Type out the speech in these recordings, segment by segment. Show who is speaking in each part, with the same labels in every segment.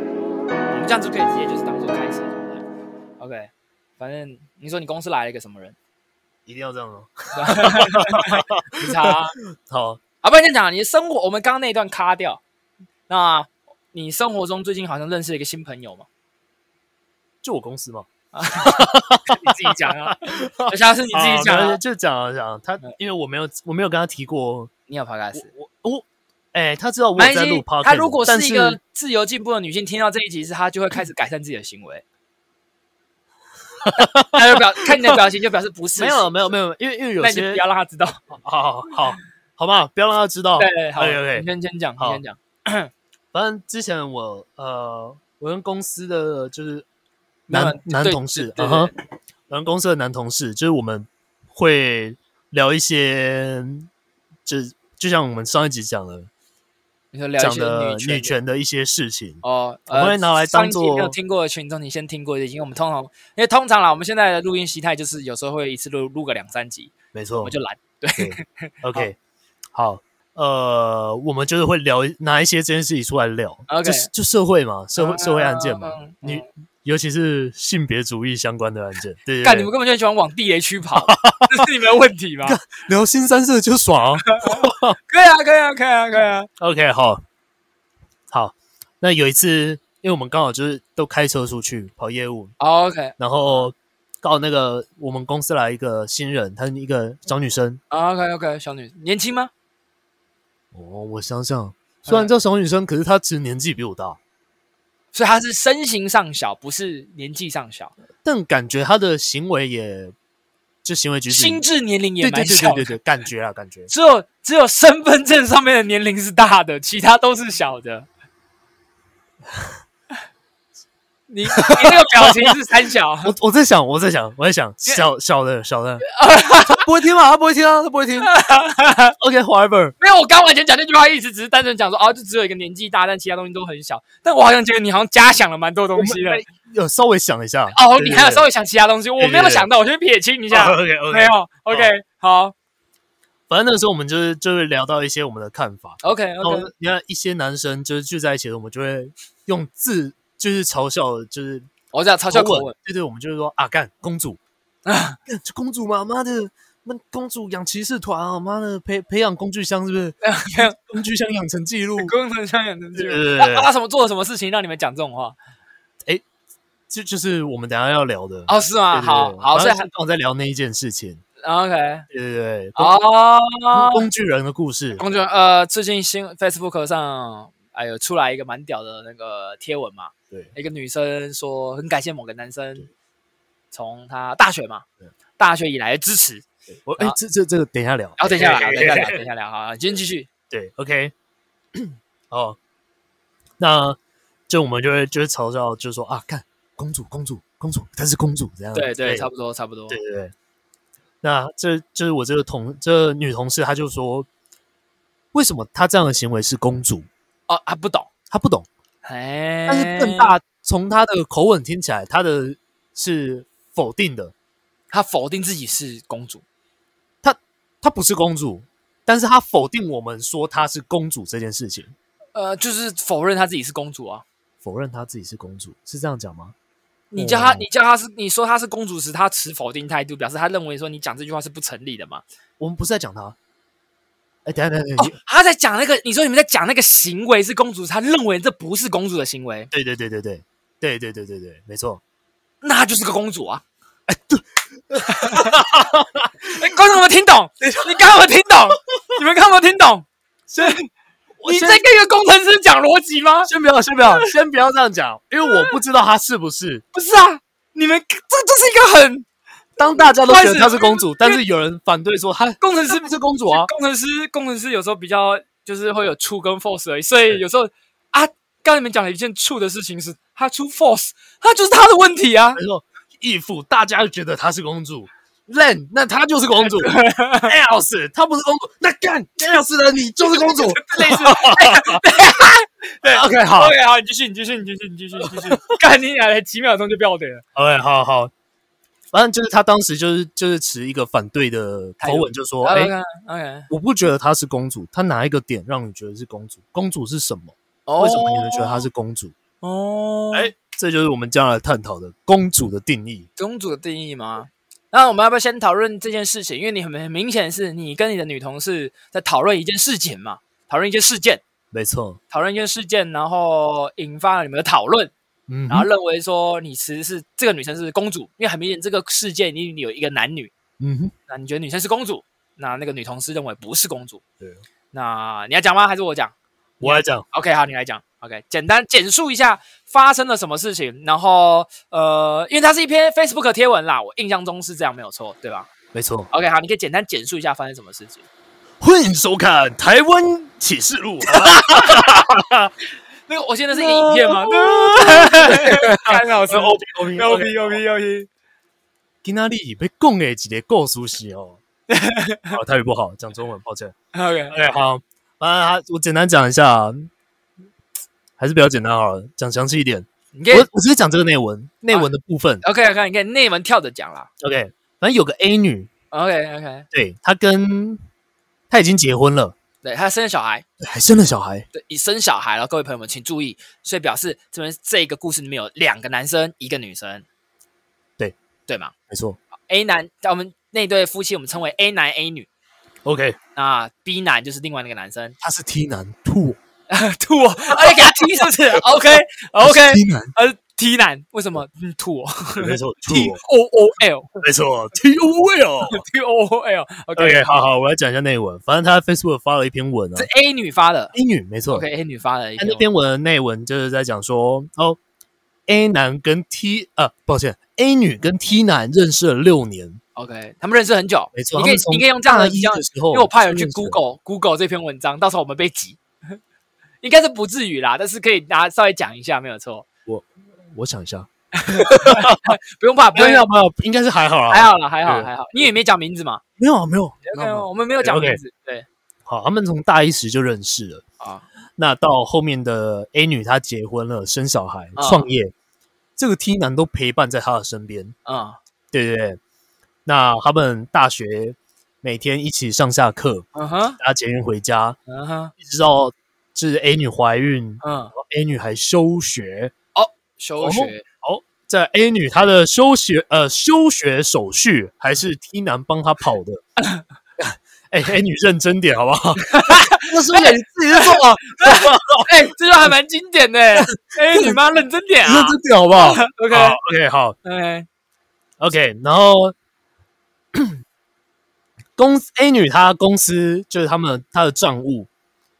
Speaker 1: 们这样就可以直接就是当做开始，对不对？OK，反正你说你公司来了一个什么人？
Speaker 2: 一定要这样吗？
Speaker 1: 警察啊，
Speaker 2: 好，
Speaker 1: 啊不然这样讲，你的生活，我们刚刚那一段卡掉。那你生活中最近好像认识了一个新朋友 嘛？
Speaker 2: 就我公司嘛，
Speaker 1: 你自己讲啊，下次你自己讲、啊嗯
Speaker 2: 啊没 关系。就讲啊讲啊，他因为我没有我没有跟他提过，哦
Speaker 1: 你有 podcast？
Speaker 2: 我我哎、他知道我
Speaker 1: 没
Speaker 2: 有在
Speaker 1: 关
Speaker 2: 录
Speaker 1: 系
Speaker 2: podcast，
Speaker 1: 她如果
Speaker 2: 但
Speaker 1: 是一个自由进步的女性，听到这一集是她就会开始改善自己的行 为。她就表看你的表情就表示不是，
Speaker 2: 没有没有没有，因为因为有
Speaker 1: 那你就
Speaker 2: 些
Speaker 1: 不要让她知道。
Speaker 2: 好好好吧，不要让他知道。
Speaker 1: 对对，好，
Speaker 2: OK，OK
Speaker 1: 你先先讲，你
Speaker 2: 好
Speaker 1: 先讲。
Speaker 2: 反正之前我呃，我跟公司的就是
Speaker 1: 没有啊
Speaker 2: 男男
Speaker 1: 对
Speaker 2: 同事，
Speaker 1: 对
Speaker 2: 嗯哼，我跟公司的男同事，就是我们会聊一些，就就像我们上一集讲的，
Speaker 1: 你说聊一
Speaker 2: 讲
Speaker 1: 些
Speaker 2: 的
Speaker 1: 权
Speaker 2: 女权的一些事情。
Speaker 1: 哦，
Speaker 2: 我会拿来当
Speaker 1: 上一集
Speaker 2: 做
Speaker 1: 没有听过的群众，你先听过一集，因为我们通常因为通常啦，我们现在的录音形态就是有时候会一次录录个两三集，
Speaker 2: 没错，
Speaker 1: 我就懒。
Speaker 2: OK，好，呃，我们就是会聊拿一些这件事情出来聊
Speaker 1: OK
Speaker 2: 就是就社会嘛，社会社会案件嘛，
Speaker 1: 嗯嗯
Speaker 2: 女尤其是性别主义相关的案件，对对
Speaker 1: 干，
Speaker 2: 对
Speaker 1: 你们根本就喜欢往地雷区跑，这是你们的问题 吧？
Speaker 2: 聊新三色就爽、啊。
Speaker 1: 可以啊，可以啊，可以啊，可以啊。
Speaker 2: OK，好，好，那有一次，因为我们刚好就是都开车出去跑业务，
Speaker 1: 哦 OK，
Speaker 2: 然后刚好那个我们公司来一个新人，她是一个小女生。
Speaker 1: OK OK，小哦女年轻吗？
Speaker 2: 哦，我想想，虽然叫小女生，可是她其实年纪比我大，
Speaker 1: 所以她是身形上小，不是年纪上小，
Speaker 2: 但感觉她的行为也，就行为举止，
Speaker 1: 心智年龄也
Speaker 2: 对对
Speaker 1: 蛮
Speaker 2: 对
Speaker 1: 小
Speaker 2: 对
Speaker 1: 的。
Speaker 2: 对对，感觉啊感 觉，
Speaker 1: 只有只有身份证上面的年龄是大的，其他都是小的。 你你那个表情是三 小，
Speaker 2: 我我在想我在想我在想小小的 小的，她不会听吧？她不会听啊，她不会听。OK，whatever，、
Speaker 1: 没有。我刚完全讲这句话，意思只是单纯讲说，哦，就只有一个年纪大，但其他东西都很小。但我好像觉得你好像假想了蛮多东西的。
Speaker 2: 呃有稍微想一下
Speaker 1: 哦，
Speaker 2: 对
Speaker 1: 你
Speaker 2: 对
Speaker 1: 还有
Speaker 2: 对
Speaker 1: 稍微想其他东西，我没有想到，我先撇清一 下。
Speaker 2: OK OK，
Speaker 1: 没有，OK，好
Speaker 2: 反正那个时候我们就是就是聊到一些我们的看法，
Speaker 1: ，OK
Speaker 2: 然后
Speaker 1: OK，
Speaker 2: 你看一些男生就是聚在一起的时候，我们就会用字就是嘲笑，就是
Speaker 1: 我知道嘲笑口吻。，
Speaker 2: 对对，我们就是说啊，干 公主啊，干这公主嘛，妈的，妈公主养骑士团啊，妈的培培养工具箱是 不是？
Speaker 1: 没有
Speaker 2: 工具箱养成记录，
Speaker 1: 工程上演的记
Speaker 2: 对
Speaker 1: 录
Speaker 2: 对对对
Speaker 1: 那他啊什么做了什么事情让你们讲这种话？
Speaker 2: 这 就是我们等一下要聊的。
Speaker 1: 哦，是
Speaker 2: 对
Speaker 1: 吗？
Speaker 2: 对对
Speaker 1: 好好，所
Speaker 2: 反
Speaker 1: 以
Speaker 2: 正刚好在聊那一件事情，
Speaker 1: OK，
Speaker 2: 对对对，工
Speaker 1: 哦，
Speaker 2: 工具人的故事，
Speaker 1: 工具人呃，最近新 Facebook 上哎呦出来一个蛮屌的那个贴文嘛，
Speaker 2: 对
Speaker 1: 一个女生说很感谢某个男生从他大学嘛
Speaker 2: 对，
Speaker 1: 大学以来的支持。
Speaker 2: 我哎，这这这个等一下聊，
Speaker 1: 然后啊等一下 啦，等一下聊，等一下聊，好，今天继续。
Speaker 2: 对，OK，哦，那就我们就会就是嘲笑，就是说啊，看公主，公主，公主，她是公主这样。
Speaker 1: 对对，
Speaker 2: 对，
Speaker 1: 差不多差不多
Speaker 2: 对。对对。那这就是我这个同这女同事，她就说，为什么她这样的行为是公主？
Speaker 1: 哦，他不懂，
Speaker 2: 她不懂，
Speaker 1: 哎，
Speaker 2: 但是更，大，从她的口吻听起来，她的是否定的，
Speaker 1: 他否定自己是公主。
Speaker 2: 她不是公主，但是她否定我们说她是公主这件事情，
Speaker 1: 呃，就是否认她自己是公主啊！
Speaker 2: 否认她自己是公主，是这样讲吗？
Speaker 1: 你叫她，
Speaker 2: 哦
Speaker 1: 你叫她是，你说她是公主时，她持否定态度，表示她认为说你讲这句话是不成立的嘛？
Speaker 2: 我们不是在讲他。哎、等一下等一下，
Speaker 1: 哦
Speaker 2: 你，
Speaker 1: 他在讲那个，你说你们在讲那个行为是公主，他认为这不是公主的行为，
Speaker 2: 对对对对对对对对对对，没错。
Speaker 1: 那她就是个公主啊！ 哎，观众们听 懂？你刚刚有没有听懂？你们刚刚有没有听懂？
Speaker 2: 先我
Speaker 1: 你
Speaker 2: 先
Speaker 1: 在跟一个工程师讲逻辑吗？
Speaker 2: 先不要，先不要，先不要这样讲，因为我不知道他是不是。
Speaker 1: 不是啊，你们这这是一个很
Speaker 2: 当大家都觉得她是公主，但是有人反对说她
Speaker 1: 工程师
Speaker 2: 是不是公主啊？
Speaker 1: 工程师，工程师有时候比较就是会有 true 跟 false 而已，所以有时候啊，刚才你们讲了一件 true 的事情是，他出 false，他就是他的问题啊。
Speaker 2: 没错，义父大家就觉得她是公主。Len，那她就是公主。Else，她不是公主，那干 Else 的你就是公主。
Speaker 1: 类似。对
Speaker 2: OK，好
Speaker 1: ，OK，好，你继续，你继续，你继续，你继续，你继续。 干你奶奶，几秒钟就掉点了。
Speaker 2: ，OK，好好。反正就是他当时就是就是持一个反对的口吻，就说：“
Speaker 1: 啊
Speaker 2: 哎、
Speaker 1: OK，OK，
Speaker 2: 我不觉得她是公主，她哪一个点哦让你觉得是公主？公主是什么？为什么你们觉得她？是公主？
Speaker 1: 哦，
Speaker 2: 哎这就是我们将来探讨的公主的定义。
Speaker 1: 公主的定义吗？那我们要不要先讨论这件事情？因为你很很明显是你跟你的女同事在讨论一件事情嘛，讨论一件事件，
Speaker 2: 没错，
Speaker 1: 讨论一件事件，然后引发了你们的讨论，
Speaker 2: 嗯
Speaker 1: 然后认为说你其实是这个女生是公主，因为很明显这个事件里有一个男女，
Speaker 2: 嗯哼，
Speaker 1: 那你觉得女生是公主，那那个女同事认为不是公主，
Speaker 2: 对，
Speaker 1: 那你要讲吗？还是我讲
Speaker 2: 我来讲，
Speaker 1: ？OK，好，你来讲。OK，简单简述一下发生了什么事情，然后呃，因为它是一篇 Facebook 的贴文啦，我印象中是这样，没有错，对吧？
Speaker 2: 没错。
Speaker 1: OK，好，你可以简单简述一下发生什么事情。
Speaker 2: 欢迎收看《台湾启示 录》啊，
Speaker 1: 那个，我现在是一个影片吗？
Speaker 2: 哦
Speaker 1: 看
Speaker 2: 呃
Speaker 1: 老师
Speaker 2: O P O P O P。
Speaker 1: 牛逼牛逼！
Speaker 2: 今天你被供给几个故事是 哦，好，台语不好，讲中文，抱歉。
Speaker 1: OK，
Speaker 2: OK，好，啊，我简单讲一下啊，还是比较简单好了，讲详细一点。
Speaker 1: 你可以
Speaker 2: 我我直接讲这个内文，内文的部分。
Speaker 1: OK OK，你可以内门跳着讲啦。
Speaker 2: OK，反正有个 A 女，
Speaker 1: OK OK，
Speaker 2: 对她跟她已经结婚了，
Speaker 1: 对他生了小孩，
Speaker 2: 还生了小孩。
Speaker 1: 对，已生小孩了，各位朋友们请注意，所以表示这边这个故事里面有两个男生，一个女生，
Speaker 2: 对
Speaker 1: 对嘛
Speaker 2: 没错。
Speaker 1: ？A 男，在我们那对夫妻我们称为 A 男 A 女，
Speaker 2: OK，
Speaker 1: 那 B 男就是另外那个男生。
Speaker 2: 他是 T 男兔
Speaker 1: 吐我，而且给他踢是不 是？OK OK，
Speaker 2: ，T 男
Speaker 1: 呃，T 男为什么嗯吐我？
Speaker 2: 没错
Speaker 1: T O O L
Speaker 2: 没错 T O L。
Speaker 1: T O O L OK，
Speaker 2: OK，好好，我来讲一下内文。反正他在 Facebook 发了一篇文啊
Speaker 1: 是 A 女发的
Speaker 2: ，A 女没错。
Speaker 1: ，OK A 女发的一
Speaker 2: 他
Speaker 1: 篇
Speaker 2: 那篇文的内文就是在讲说，哦，A 男跟 T 呃，抱歉，A 女跟 T 男认识了六年，
Speaker 1: OK，他们认识很久，
Speaker 2: 没错。
Speaker 1: 你可以
Speaker 2: 他们从
Speaker 1: 你可以用这样
Speaker 2: 大
Speaker 1: 的
Speaker 2: 一
Speaker 1: 这样，
Speaker 2: 的时候，
Speaker 1: 因为我怕有人去 Google Google 这篇文章，到时候我们被挤， 应该是不至于啦，但是可以拿稍微讲一下，没有错，
Speaker 2: 我想一下，
Speaker 1: 不用怕，不
Speaker 2: 没
Speaker 1: 用
Speaker 2: 有没有，应该是啊还好啦，
Speaker 1: 还好啦，还好
Speaker 2: 哎对
Speaker 1: 还好，你也没讲名字嘛
Speaker 2: 没有啊没有。
Speaker 1: ，OK，我们没有讲
Speaker 2: OK
Speaker 1: 名字，对
Speaker 2: 好，他们从大一时就认识了。
Speaker 1: 啊，
Speaker 2: 那到后面的 A 女她结婚了，生小孩，
Speaker 1: 嗯
Speaker 2: 创业，这个 T 男都陪伴在她的身边，
Speaker 1: 嗯
Speaker 2: 对对对。那他们大学每天一起上下课，
Speaker 1: 嗯哼
Speaker 2: 搭捷运回家，
Speaker 1: 嗯哼
Speaker 2: 一直到就是 A 女怀孕，
Speaker 1: 嗯，
Speaker 2: A 女还休学，
Speaker 1: 休学
Speaker 2: 在 A 女她的休学呃休学手续还是 T 男帮她跑 的。哎、a 女认真点好不好？ 那是你自己在做 啊，
Speaker 1: 哎、这句话还蛮经 典的、欸。哎、你妈认真啊嗯点啊
Speaker 2: 认真点好不好
Speaker 1: ！OK
Speaker 2: 好 OK 好
Speaker 1: OK，
Speaker 2: OK，然后 公司 A 女她公司就是他们她的账务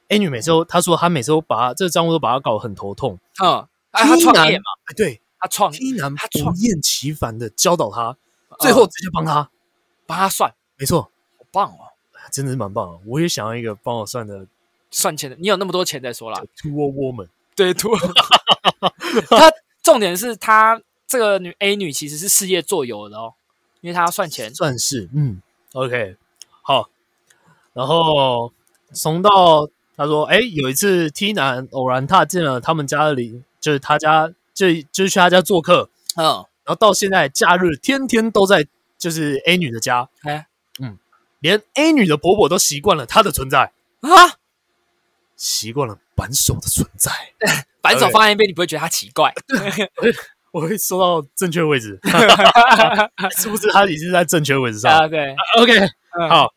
Speaker 2: ，A 女每次都她说她每次都把她这个账务都把她搞得很头痛。
Speaker 1: 嗯，哎，他创业嘛，
Speaker 2: 哎，对
Speaker 1: 他创，
Speaker 2: ，T 男
Speaker 1: 她
Speaker 2: 不
Speaker 1: 创
Speaker 2: 厌其烦的教导她，最后
Speaker 1: 嗯
Speaker 2: 直接帮她，
Speaker 1: 帮他算，
Speaker 2: 没错，
Speaker 1: 好棒哦，
Speaker 2: 真的是蛮棒的。我也想要一个帮我算的
Speaker 1: 算钱的，你有那么多钱再说啦。
Speaker 2: Two Woman。
Speaker 1: 对，图， 他重点是他这个女 A 女其实是事业做有的哦，因为她要算钱。
Speaker 2: 算是嗯，OK，好。然后怂到他说，哎，有一次 T 男偶然踏进了他们家里，就是他家，就就是去他家做客，
Speaker 1: 嗯，
Speaker 2: 然后到现在假日天天都在就是 A 女的家，
Speaker 1: 哎
Speaker 2: 连 A 女的婆婆都习惯了他的存在，
Speaker 1: 啊，
Speaker 2: 习惯了扳手的存在。
Speaker 1: 反手
Speaker 2: OK
Speaker 1: 放在一边，你不会觉得他奇怪？
Speaker 2: 我会说到正确位置， 是不是他已经在正确位置上了
Speaker 1: 啊，对，
Speaker 2: ？OK，
Speaker 1: 嗯
Speaker 2: 好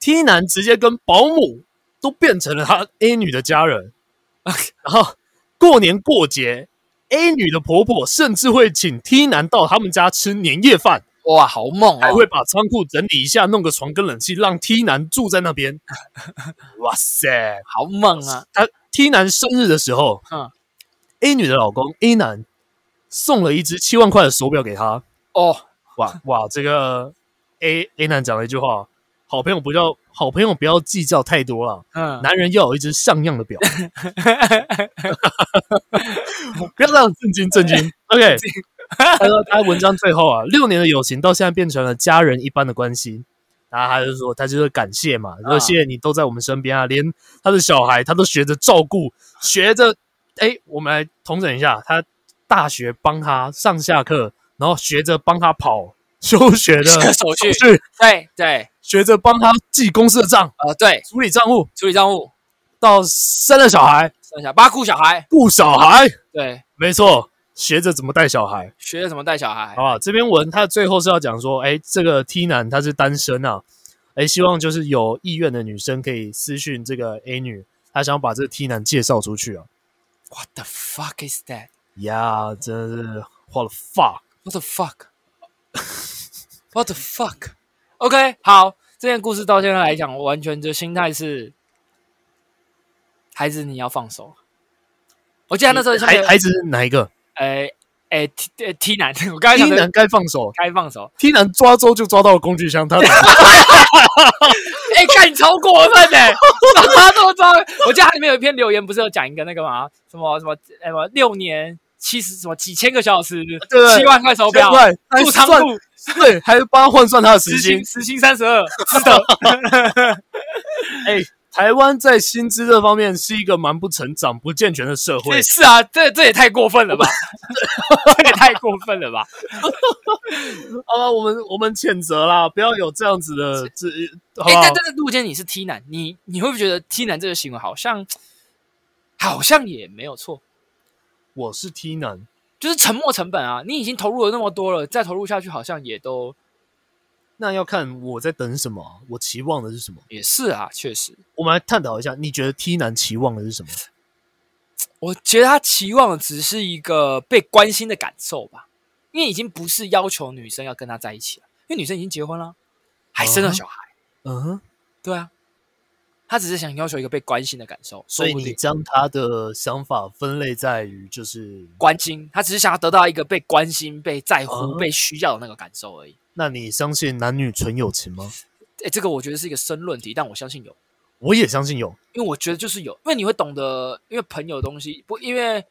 Speaker 2: ，T 男直接跟保姆都变成了他 A 女的家 人，然后过年过节，A 女的婆婆甚至会请 T 男到他们家吃年夜饭，
Speaker 1: 哇，好猛
Speaker 2: 还
Speaker 1: 哦！
Speaker 2: 会把仓库整理一下，弄个床跟冷气，让 T 男住在那 边。哇塞！
Speaker 1: 好猛啊！
Speaker 2: 他 T 男生日的时候，
Speaker 1: 嗯
Speaker 2: a 女的老公 A 男送了一只七万块的手表给他。
Speaker 1: 哦，
Speaker 2: 哇哇，这个 A A 男讲了一句话：好朋友不要好朋友不要计较太多了，
Speaker 1: 嗯，
Speaker 2: 男人要有一只像样的表。不要这样震惊震惊。OK，他说他文章最后啊，六年的友情到现在变成了家人一般的关系。然后他就说，他就是感谢嘛，说谢谢你都在我们身边啊，连他的小孩他都学着照顾，学着哎，我们来统整一下，他大学帮他上下课，然后学着帮他跑休学的
Speaker 1: 手续
Speaker 2: 续，
Speaker 1: 对对，
Speaker 2: 学着帮他记公司的账、
Speaker 1: 呃，对，
Speaker 2: 处理账务，
Speaker 1: 处理账务，
Speaker 2: 到生了小孩
Speaker 1: 生小八顾小孩，
Speaker 2: 顾小孩，
Speaker 1: 对，
Speaker 2: 没错，学着怎么带小孩，
Speaker 1: 学着怎么带小孩
Speaker 2: 好不。好？这篇文他最后是要讲说，哎，这个 T 男他是单身啊，哎，希望就是有意愿的女生可以私讯这个 A 女，她想把这个 T 男介绍出去啊。
Speaker 1: What the fuck is that?
Speaker 2: 呀，真的是花了 fuck。
Speaker 1: What the fuck? What the fuck? OK，好，这件故事到现在来讲，我完全的心态是，孩子你要放手。我记得哎那时候像
Speaker 2: 孩
Speaker 1: 个
Speaker 2: 孩子是哪一个
Speaker 1: 呃呃 T 呃 T 男， 我刚才
Speaker 2: ？T
Speaker 1: 想的
Speaker 2: 男该放手
Speaker 1: 该放手。
Speaker 2: ，T 男抓周就抓到了工具箱，他
Speaker 1: 哎、干你超过分哎、欸！他这么糟，我记得它里面有一篇留言，不是有讲一个那个嘛，什么什么呃什么六年七十什么几千个小时，
Speaker 2: 对
Speaker 1: 七万块手
Speaker 2: 对
Speaker 1: 表，
Speaker 2: 还
Speaker 1: 住仓
Speaker 2: 算
Speaker 1: 库，
Speaker 2: 对，还帮他换算他的时
Speaker 1: 时
Speaker 2: 薪
Speaker 1: 薪。时薪三十二，是 的，
Speaker 2: 哎，台湾在薪资这方面是一个蛮不成长、不健全的社会
Speaker 1: 对，。是啊，这这也太过分了 吧，这也太过分了吧，
Speaker 2: 好吧，我们我们谴责啦，不要有这样子的这，呃 好
Speaker 1: 哎、
Speaker 2: 不好
Speaker 1: 但？但是如果今天你是 T 男，你你会不会觉得 T 男这个行为好像好像也没有错？
Speaker 2: 我是 T 男，
Speaker 1: 就是沉没成本啊，你已经投入了那么多了，再投入下去好像也都
Speaker 2: 那要看我在等什么啊，我期望的是什么。
Speaker 1: 也是啊，确实，
Speaker 2: 我们来探讨一下，你觉得 T 男期望的是什么？
Speaker 1: 我觉得他期望的只是一个被关心的感受吧，因为已经不是要求女生要跟他在一起了，因为女生已经结婚了，还生了小孩，
Speaker 2: 嗯哼，
Speaker 1: 对啊，他只是想要求一个被关心的感受，
Speaker 2: 所以
Speaker 1: 说不定
Speaker 2: 你将他的想法分类在于就是，
Speaker 1: 关心，他只是想要得到一个被关心、被在乎、
Speaker 2: 嗯
Speaker 1: 被需要的那个感受而已。
Speaker 2: 那你相信男女纯友情吗？
Speaker 1: 哎，这个我觉得是一个申论题，但我相信有，
Speaker 2: 我也相信有，
Speaker 1: 因为我觉得就是有，因为你会懂得，因为朋友的东西不，因为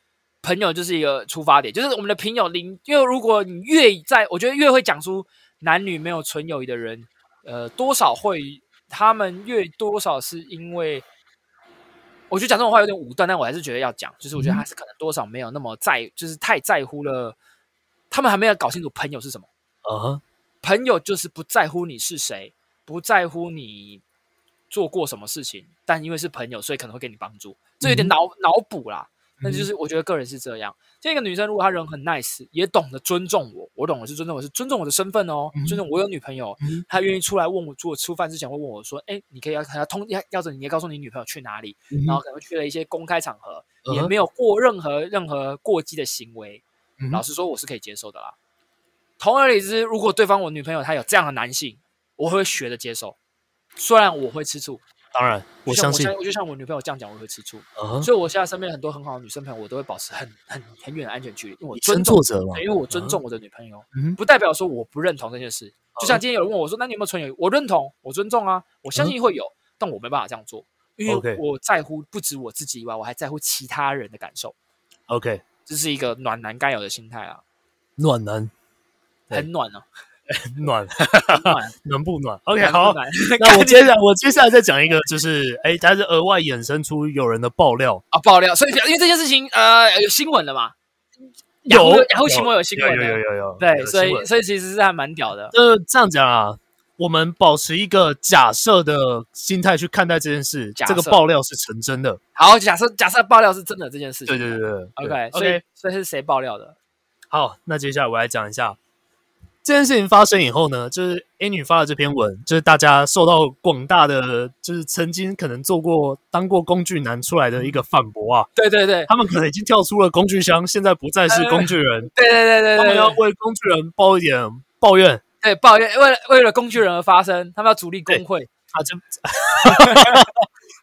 Speaker 1: 朋友就是一个出发点，就是我们的朋友零，因为如果你越在，我觉得越会讲出男女没有纯友谊的人，呃，多少会他们越多少是因为。我觉得讲这种话有点武断，但我还是觉得要讲，就是我觉得他是可能多少没有那么在，就是太在乎了，他们还没有搞清楚朋友是什么。
Speaker 2: 啊哈，
Speaker 1: 朋友就是不在乎你是谁，不在乎你做过什么事情，但因为是朋友，所以可能会给你帮助。这
Speaker 2: 嗯
Speaker 1: 有点脑脑补啦，但就是我觉得个人是这样。这个女生如果她人很 nice，也懂得尊重我，我懂的是尊重我是尊重我的身份哦，
Speaker 2: 嗯
Speaker 1: 尊重我有女朋友
Speaker 2: 嗯，
Speaker 1: 她愿意出来问我，做吃饭之前会问我说，哎，你可以要她通要要着你也告诉你女朋友去哪里，
Speaker 2: 嗯
Speaker 1: 然
Speaker 2: 哼
Speaker 1: 后可能去了一些公开场合，也
Speaker 2: 嗯哼
Speaker 1: 没有过任何任何过激的行为。
Speaker 2: 嗯哼
Speaker 1: 老实说，我是可以接受的啦。同而理之，如果对方我女朋友她有这样的男性，我会学着接受。虽然我会吃醋，
Speaker 2: 当然我
Speaker 1: 像
Speaker 2: 相信，
Speaker 1: 就像我女朋友这样讲，我会吃醋。
Speaker 2: 啊哈，
Speaker 1: 所以我现在身边很多很好的女生朋友，我都会保持很很很远的安全距离，因为我
Speaker 2: 以
Speaker 1: 尊
Speaker 2: 身
Speaker 1: 重
Speaker 2: 作，则嘛
Speaker 1: 对，因为我尊重我的女朋友，
Speaker 2: 嗯哼嗯
Speaker 1: 不代表说我不认同这件事。就像今天有人问我说：“那你有没有纯友谊？”我认同，我尊重啊，我相信会有，但我没办法这样做，因
Speaker 2: OK
Speaker 1: 为我在乎不止我自己以外，我还在乎其他人的感受。
Speaker 2: ，OK，
Speaker 1: 这是一个暖男该有的心态啊，
Speaker 2: 暖男对
Speaker 1: 很暖啊，
Speaker 2: 暖
Speaker 1: 很暖。
Speaker 2: 暖不暖？OK，
Speaker 1: 很
Speaker 2: 好，
Speaker 1: 暖
Speaker 2: 那我接下来我接下来再讲一个，就是哎，它是额外衍生出有人的爆料，
Speaker 1: 啊，爆料，所以因为这件事情呃有新闻了嘛，雅虎
Speaker 2: 有
Speaker 1: 雅虎新闻有新
Speaker 2: 有
Speaker 1: 闻
Speaker 2: 有有
Speaker 1: 的，
Speaker 2: 有有，
Speaker 1: 对，所
Speaker 2: 有新闻
Speaker 1: 以所以其实是还蛮屌的，
Speaker 2: 呃，这样讲啊，我们保持一个假设的心态去看待这件事，
Speaker 1: 假
Speaker 2: 这个
Speaker 1: 设
Speaker 2: 爆料是成真的。
Speaker 1: 好，假设假设爆料是真的这件事情，
Speaker 2: 对对对对对
Speaker 1: ，OK，所以
Speaker 2: OK。
Speaker 1: 所以是谁爆料的？
Speaker 2: 好，那接下来我来讲一下这件事情发生以后呢，就是 A 女发了这篇文，就是大家受到广大的就是曾经可能做过当过工具男出来的一个反驳啊，
Speaker 1: 对对对
Speaker 2: 他们可能已经跳出了工具箱，现在不再是工具人，
Speaker 1: 对对对
Speaker 2: 他
Speaker 1: 对
Speaker 2: 们要
Speaker 1: 哎对，
Speaker 2: 为工具人抱一点抱怨。
Speaker 1: 对抱怨为了为了工具人而发声，他们要主力工会，
Speaker 2: 啊，这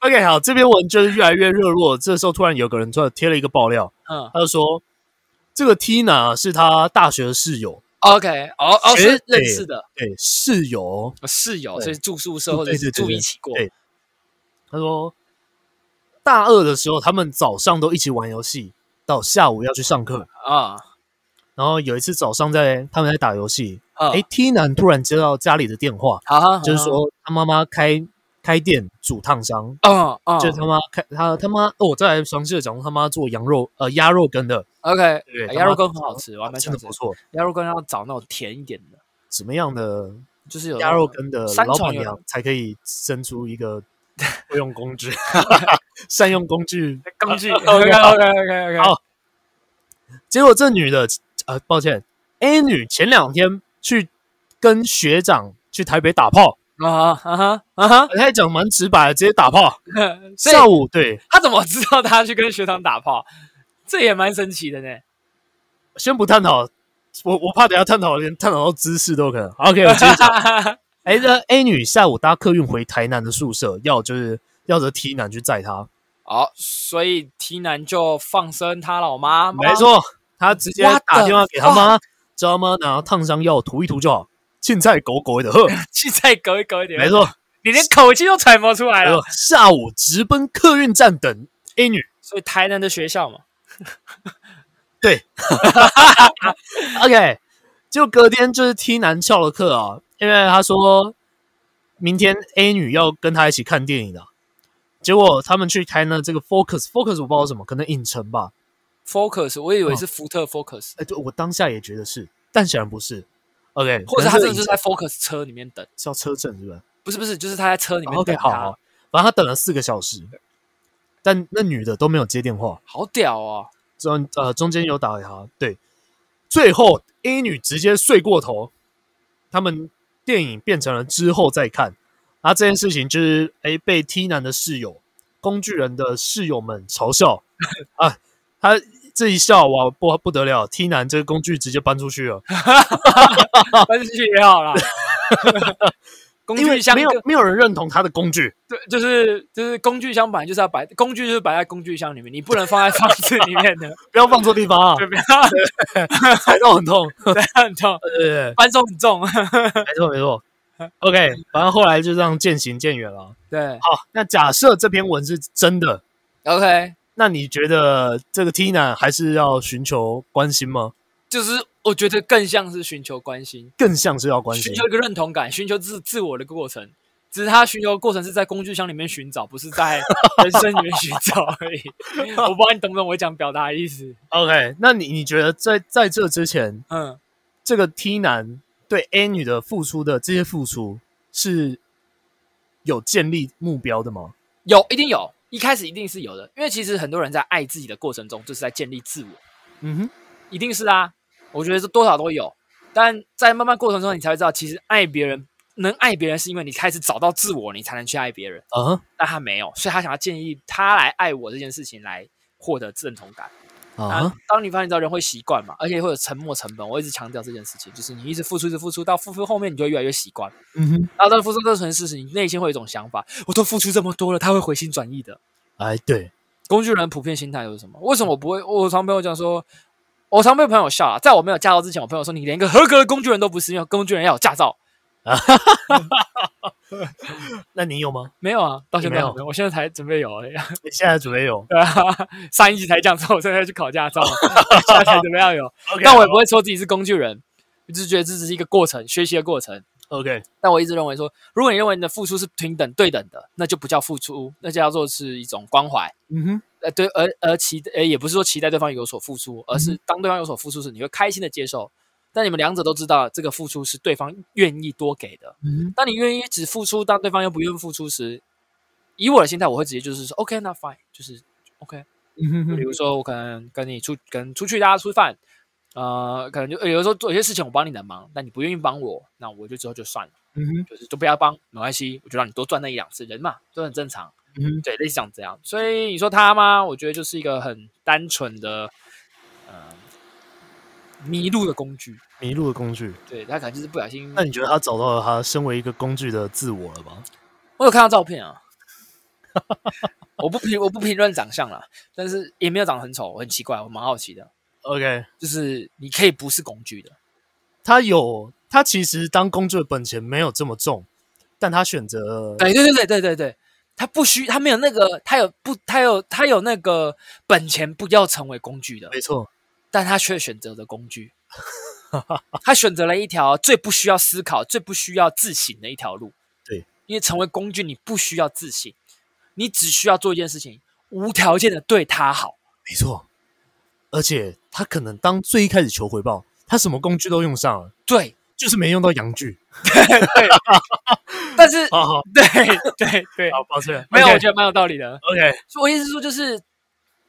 Speaker 2: OK 好，这篇文就是越来越热络。这时候突然有个人突然贴了一个爆料，
Speaker 1: 嗯
Speaker 2: 他就说这个 Tina 啊是他大学的室友，
Speaker 1: ，OK，哦哦
Speaker 2: 学
Speaker 1: 是认
Speaker 2: 姐
Speaker 1: 识的
Speaker 2: 对室友哦。
Speaker 1: 室友，
Speaker 2: 对
Speaker 1: 所以住宿舍或者
Speaker 2: 对对
Speaker 1: 是
Speaker 2: 对
Speaker 1: 住
Speaker 2: 对
Speaker 1: 一起过，
Speaker 2: 对他说大二的时候，他们早上都一起玩游戏，到下午要去上课。
Speaker 1: 啊
Speaker 2: 然后有一次早上在他们在打游戏，
Speaker 1: 啊，
Speaker 2: 哎、t 男突然接到家里的电话，
Speaker 1: 好好，好
Speaker 2: 就是，说他妈妈开开店煮烫伤，
Speaker 1: 嗯嗯，
Speaker 2: 就是他妈开他他妈哦，我再来详细的讲过他妈做羊肉呃鸭肉羹的，
Speaker 1: OK，
Speaker 2: 对
Speaker 1: 哎
Speaker 2: 他
Speaker 1: 鸭肉
Speaker 2: 妈
Speaker 1: 羹很好吃，我还蛮喜欢
Speaker 2: 真的
Speaker 1: 吃
Speaker 2: 不。错。
Speaker 1: 鸭肉羹要找那种甜一点的，
Speaker 2: 什么样的
Speaker 1: 就是有
Speaker 2: 鸭肉羹的
Speaker 1: 呃三
Speaker 2: 老
Speaker 1: 重
Speaker 2: 板
Speaker 1: 有
Speaker 2: 娘才可以生出一 个会用工具、善用工具？
Speaker 1: 工具。 啊
Speaker 2: OK，OK，OK，OK
Speaker 1: OK OK，
Speaker 2: 好结果这女的，呃，抱歉，A 女前两天去跟学长去台北打炮，
Speaker 1: 啊哈啊哈啊哈！
Speaker 2: 她讲蛮直白的，直接打炮。
Speaker 1: 所以
Speaker 2: 下午对，
Speaker 1: 他怎么知道他去跟学长打炮？这也蛮神奇的 呢。
Speaker 2: 先不探讨，我我怕等一下探讨连探讨到姿势都有可能。OK，我接 着讲。哎，那 A 女下午搭客运回台南的宿舍，要就是要着 T 男去载她，
Speaker 1: 好，所以 T 男就放生他老妈，
Speaker 2: 没，错，她直接
Speaker 1: What the
Speaker 2: 打电话给他妈，知道吗？拿烫伤药涂一涂就好，青菜狗狗的呵，
Speaker 1: 气再勾一勾一点，
Speaker 2: 没，错。
Speaker 1: 你连口气都揣摩出来
Speaker 2: 哎呦
Speaker 1: 了。，
Speaker 2: 下午直奔客运站等 A 女。
Speaker 1: 所以台南的学校嘛，
Speaker 2: OK，就隔天就是 T 男翘了课啊，因为他说明天 A 女要跟他一起看电影的、结果他们去开呢这个 Focus Focus 我不知道什么，可能影城吧。
Speaker 1: Focus，我以
Speaker 2: 嗯
Speaker 1: 为是福特 Focus，、
Speaker 2: 哎，对我当下也觉得是，但显然不是。OK，
Speaker 1: 或者他
Speaker 2: 可
Speaker 1: 真
Speaker 2: 能
Speaker 1: 的
Speaker 2: 是
Speaker 1: 就是在 Focus 车里面等，
Speaker 2: 叫车震是不是
Speaker 1: 不是不是，就是他在车里面
Speaker 2: ？OK，
Speaker 1: 等
Speaker 2: 好
Speaker 1: 他，
Speaker 2: 好，反正他等了四个小时，但那女的都没有接电话。
Speaker 1: 好屌哦！
Speaker 2: 中呃中间有打给他，对，最后 A 女直接睡过头，他们电影变成了之后再看，然后这件事情就是哎被 T 男的室友工具人的室友们嘲笑啊，他这一笑哇不不得了，T 男这个工具直接搬出去了，
Speaker 1: 搬进去也好 啦，工
Speaker 2: 因为
Speaker 1: 具箱
Speaker 2: 没有
Speaker 1: 就
Speaker 2: 没有人认同他的工具，
Speaker 1: 对，就是就是工具箱本来就是要摆，工具就是摆在工具箱里面，你不能放在房子里面 的，
Speaker 2: 不要放错地方啊
Speaker 1: 对，不要
Speaker 2: 踩到很痛，
Speaker 1: 这样重，
Speaker 2: 对对对，
Speaker 1: 搬重很重。
Speaker 2: 没错没错，OK，反正后来就这样渐行渐远了。
Speaker 1: 对
Speaker 2: 好，那假设这篇文是真的。
Speaker 1: ，OK，
Speaker 2: 那你觉得这个 Tina 还是要寻求关心吗？
Speaker 1: 就是我觉得更像是寻求关心，
Speaker 2: 更像是要关心
Speaker 1: 寻，求一个认同感，寻求自自我的过程。只是他寻求的过程是在工具箱里面寻找，不是 在人生里面寻找而已。我不知道你懂不懂我想表达的意思。
Speaker 2: OK，那你你觉得在在这之前，
Speaker 1: 嗯，
Speaker 2: 这个 T 男对 A 女的付出的这些付出是有建立目标的吗？
Speaker 1: 有，一定有，一开始一定是有的，因为其实很多人在爱自己的过程中，就是在建立自我。
Speaker 2: 嗯哼，
Speaker 1: 一定是啊，我觉得这多少都有，但在慢慢过程中，你才会知道，其实爱别人，能爱别人，是因为你开始找到自我，你才能去爱别人。
Speaker 2: 啊哈
Speaker 1: 但他没有，所以他想要建议他来爱我这件事情来获得认同感。
Speaker 2: 啊
Speaker 1: 啊
Speaker 2: 哈，，
Speaker 1: 当你发现到人会习惯嘛，而且会有沉没成本。我一直强调这件事情，就是你一直付出，一直付出，到付出后面，你就会越来越习惯。
Speaker 2: 嗯哼，
Speaker 1: 然后到付出这层事情，你内心会有一种想法：我都付出这么多了，他会回心转意的。
Speaker 2: 哎，对，
Speaker 1: 工具人普遍心态又是什么？为什么我不会？我常被我讲说，我常被朋友笑啊，在我没有驾照之前，我朋友说你连个合格的工具人都不是，因为工具人要有驾照。
Speaker 2: 那你有吗？
Speaker 1: 没有啊，到现在
Speaker 2: 你没有
Speaker 1: 还我现在才准备有而已。
Speaker 2: 你现在准备有
Speaker 1: 对啊，上一集才讲说我现在要去考驾 照，现在才准备要有。
Speaker 2: ？OK，
Speaker 1: 但我也不会说自己是工具人，我只是觉得这只是一个过程，学习的过程。
Speaker 2: OK，
Speaker 1: 但我一直认为说，如果你认为你的付出是平等对等的，那就不叫付出，那叫做是一种关怀。
Speaker 2: 嗯哼，
Speaker 1: 呃，对，而而期呃，也不是说期待对方有所付出，而是当对方有所付出时，你会开心的接受。但你们两者都知道，这个付出是对方愿意多给的。
Speaker 2: 嗯
Speaker 1: 当你愿意只付出，当对方又不愿意付出时，以我的心态，我会直接就是说，OK，那 fine，就是 OK。
Speaker 2: 嗯哼
Speaker 1: 比如说，我可能跟你出，跟出去大家吃饭，呃，可能就呃有时候做有些事情我帮你的忙，但你不愿意帮我，那我就之后就算了，
Speaker 2: 嗯哼，
Speaker 1: 就是就不要帮，没关系，我就让你多赚那一两次，人嘛都很正常。
Speaker 2: 嗯哼，
Speaker 1: 对，类似像这样。所以你说他吗？我觉得就是一个很单纯的，呃，迷路的工具。
Speaker 2: 迷路的工具。
Speaker 1: 对他可能就是不小心
Speaker 2: 那。你觉得他找到了他身为一个工具的自我了吧？
Speaker 1: 我有看到照片啊， 我不评我不评论长相啦，但是也没有长得很丑，我很奇怪，我蛮好奇的。
Speaker 2: ？OK，
Speaker 1: 就是你可以不是工具的，
Speaker 2: 他有，他其实当工具的本钱没有这么重，但他选择
Speaker 1: 对对对对对对对，他不需他没有那个他有不他有他有那个本钱不要成为工具的，
Speaker 2: 没错，
Speaker 1: 但他却选择了工具，他选择了一条最不需要思考、最不需要自省的一条路。
Speaker 2: 对，
Speaker 1: 因为成为工具，你不需要自省，你只需要做一件事情，无条件的对他好。
Speaker 2: 没错。而且他可能当最一开始求回报，他什么工具都用上了，
Speaker 1: 对，
Speaker 2: 就是没用到阳具。
Speaker 1: 但是、
Speaker 2: 好好
Speaker 1: 对对对，
Speaker 2: 哦好，抱歉，
Speaker 1: 没有，我
Speaker 2: OK，
Speaker 1: 觉得蛮有道理的。
Speaker 2: OK，
Speaker 1: 所以我意思是说，就是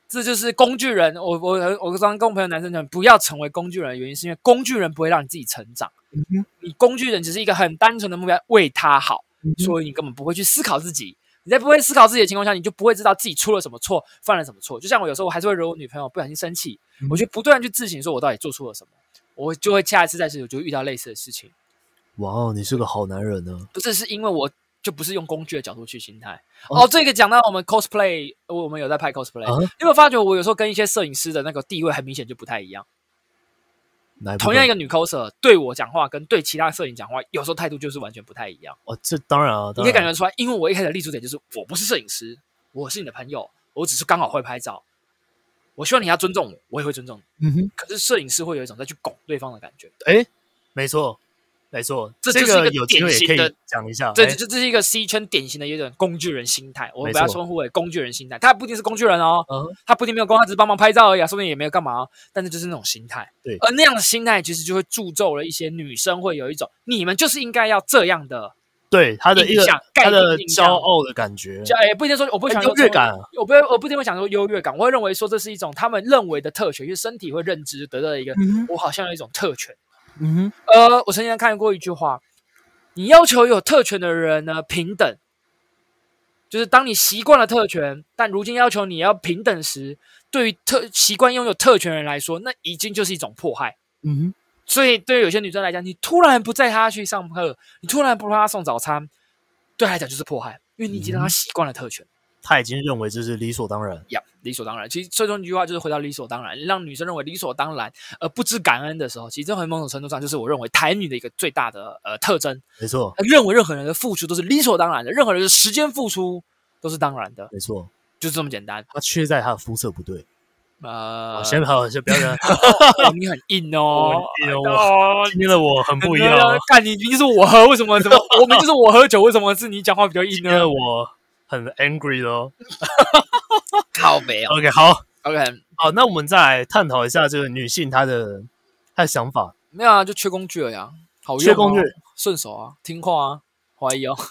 Speaker 1: 这就是工具人。我我我刚刚跟我朋友男生讲，不要成为工具人的原因，是因为工具人不会让你自己成长。
Speaker 2: 嗯哼
Speaker 1: 你工具人只是一个很单纯的目标，为他好，
Speaker 2: 嗯哼
Speaker 1: 所以你根本不会去思考自己。你在不会思考自己的情况下，你就不会知道自己出了什么错，犯了什么错。就像我有时候我还是会惹我女朋友不小心生气，
Speaker 2: 嗯
Speaker 1: 我就不断地去自省，说我到底做错了什么，我就会下一次再试，我就会遇到类似的事情。
Speaker 2: 哇哦，你是个好男人呢、
Speaker 1: 不是是因为我就不是用工具的角度去心态。
Speaker 2: 哦
Speaker 1: 哦，这个讲到我们 cosplay，呃我们有在拍 cosplay，、
Speaker 2: 啊
Speaker 1: 你有没有发觉我有时候跟一些摄影师的那个地位很明显就不太一样？
Speaker 2: 哪部分
Speaker 1: 同样一个女 coser 对我讲话跟对其他摄影讲话，有时候态度就是完全不太一样。
Speaker 2: 哦，这当然啊，
Speaker 1: 你
Speaker 2: 当
Speaker 1: 可以
Speaker 2: 然
Speaker 1: 感觉出来，因为我一开始的立足点就是我不是摄影师，我是你的朋友，我只是刚好会拍照。我希望你要尊重我，我也会尊重你。
Speaker 2: 嗯哼，
Speaker 1: 可是摄影师会有一种再去拱对方的感觉，
Speaker 2: 哎，没错，没错，
Speaker 1: 这
Speaker 2: 这
Speaker 1: 就是一个
Speaker 2: 有机会也可
Speaker 1: 典型的
Speaker 2: 以讲一下，
Speaker 1: 这
Speaker 2: 哎
Speaker 1: 这这是一个 C 圈典型的有点工具人心态。我们
Speaker 2: 没
Speaker 1: 不要
Speaker 2: 错
Speaker 1: 称呼为工具人心态，他不一定是工具人哦，
Speaker 2: 嗯哼
Speaker 1: 他不一定没有工，他只是帮忙拍照而已、啊，说不定也没有干嘛、但是就是那种心态，
Speaker 2: 对
Speaker 1: 而那样的心态其实就会铸就了一些女生会有一种你们就是应该要这样的
Speaker 2: 对他的一
Speaker 1: 印
Speaker 2: 个
Speaker 1: 象，
Speaker 2: 他
Speaker 1: 概念
Speaker 2: 的
Speaker 1: 印
Speaker 2: 骄
Speaker 1: 象。
Speaker 2: 傲的感觉，
Speaker 1: 就也不一定说我不想
Speaker 2: 哎优越感，
Speaker 1: 我不会我不一定会想说优越感，我会认为说这是一种他们认为的特权，因为身体会认知得到一个、
Speaker 2: 嗯哼
Speaker 1: 我好像有一种特权。
Speaker 2: 嗯哼，
Speaker 1: 呃，我曾经看过一句话，你要求有特权的人呢平等，就是当你习惯了特权，但如今要求你要平等时，对于特习惯拥有特权的人来说，那已经就是一种迫害。
Speaker 2: 嗯哼，
Speaker 1: 所以对于有些女生来讲，你突然不载她去上课，你突然不让她送早餐，对她来讲就是迫害，因为你已经让她习惯了特权。
Speaker 2: 他已经认为这是理所当然，
Speaker 1: 呀理所当然。其实最终一句话就是回到理所当然，让女生认为理所当然而不知感恩的时候，其实这很某种程度上就是我认为台女的一个最大的呃特征，
Speaker 2: 没错，
Speaker 1: 认为任何人的付出都是理所当然的，任何人的时间付出都是当然的，
Speaker 2: 没错，
Speaker 1: 就是这么简单。
Speaker 2: 他缺在他的肤色不对。
Speaker 1: 呃
Speaker 2: 好，，先好，先不 要讲，
Speaker 1: 哦你很硬哦，
Speaker 2: 很硬哦
Speaker 1: 哦
Speaker 2: 今天的我很不一样 哦，。
Speaker 1: 看你明明是我喝，为什么怎么我明明是我喝酒，为什么是你讲话比较硬
Speaker 2: 今天的
Speaker 1: 呢？
Speaker 2: 我很 angry 哦。
Speaker 1: 靠北哦
Speaker 2: OK，好，
Speaker 1: ，OK，
Speaker 2: 好，那我们再来探讨一下这个女性她的她的想法，
Speaker 1: 没有啊，就缺工具了呀，好用、
Speaker 2: 缺工具，
Speaker 1: 顺手啊，听话啊，怀疑哦。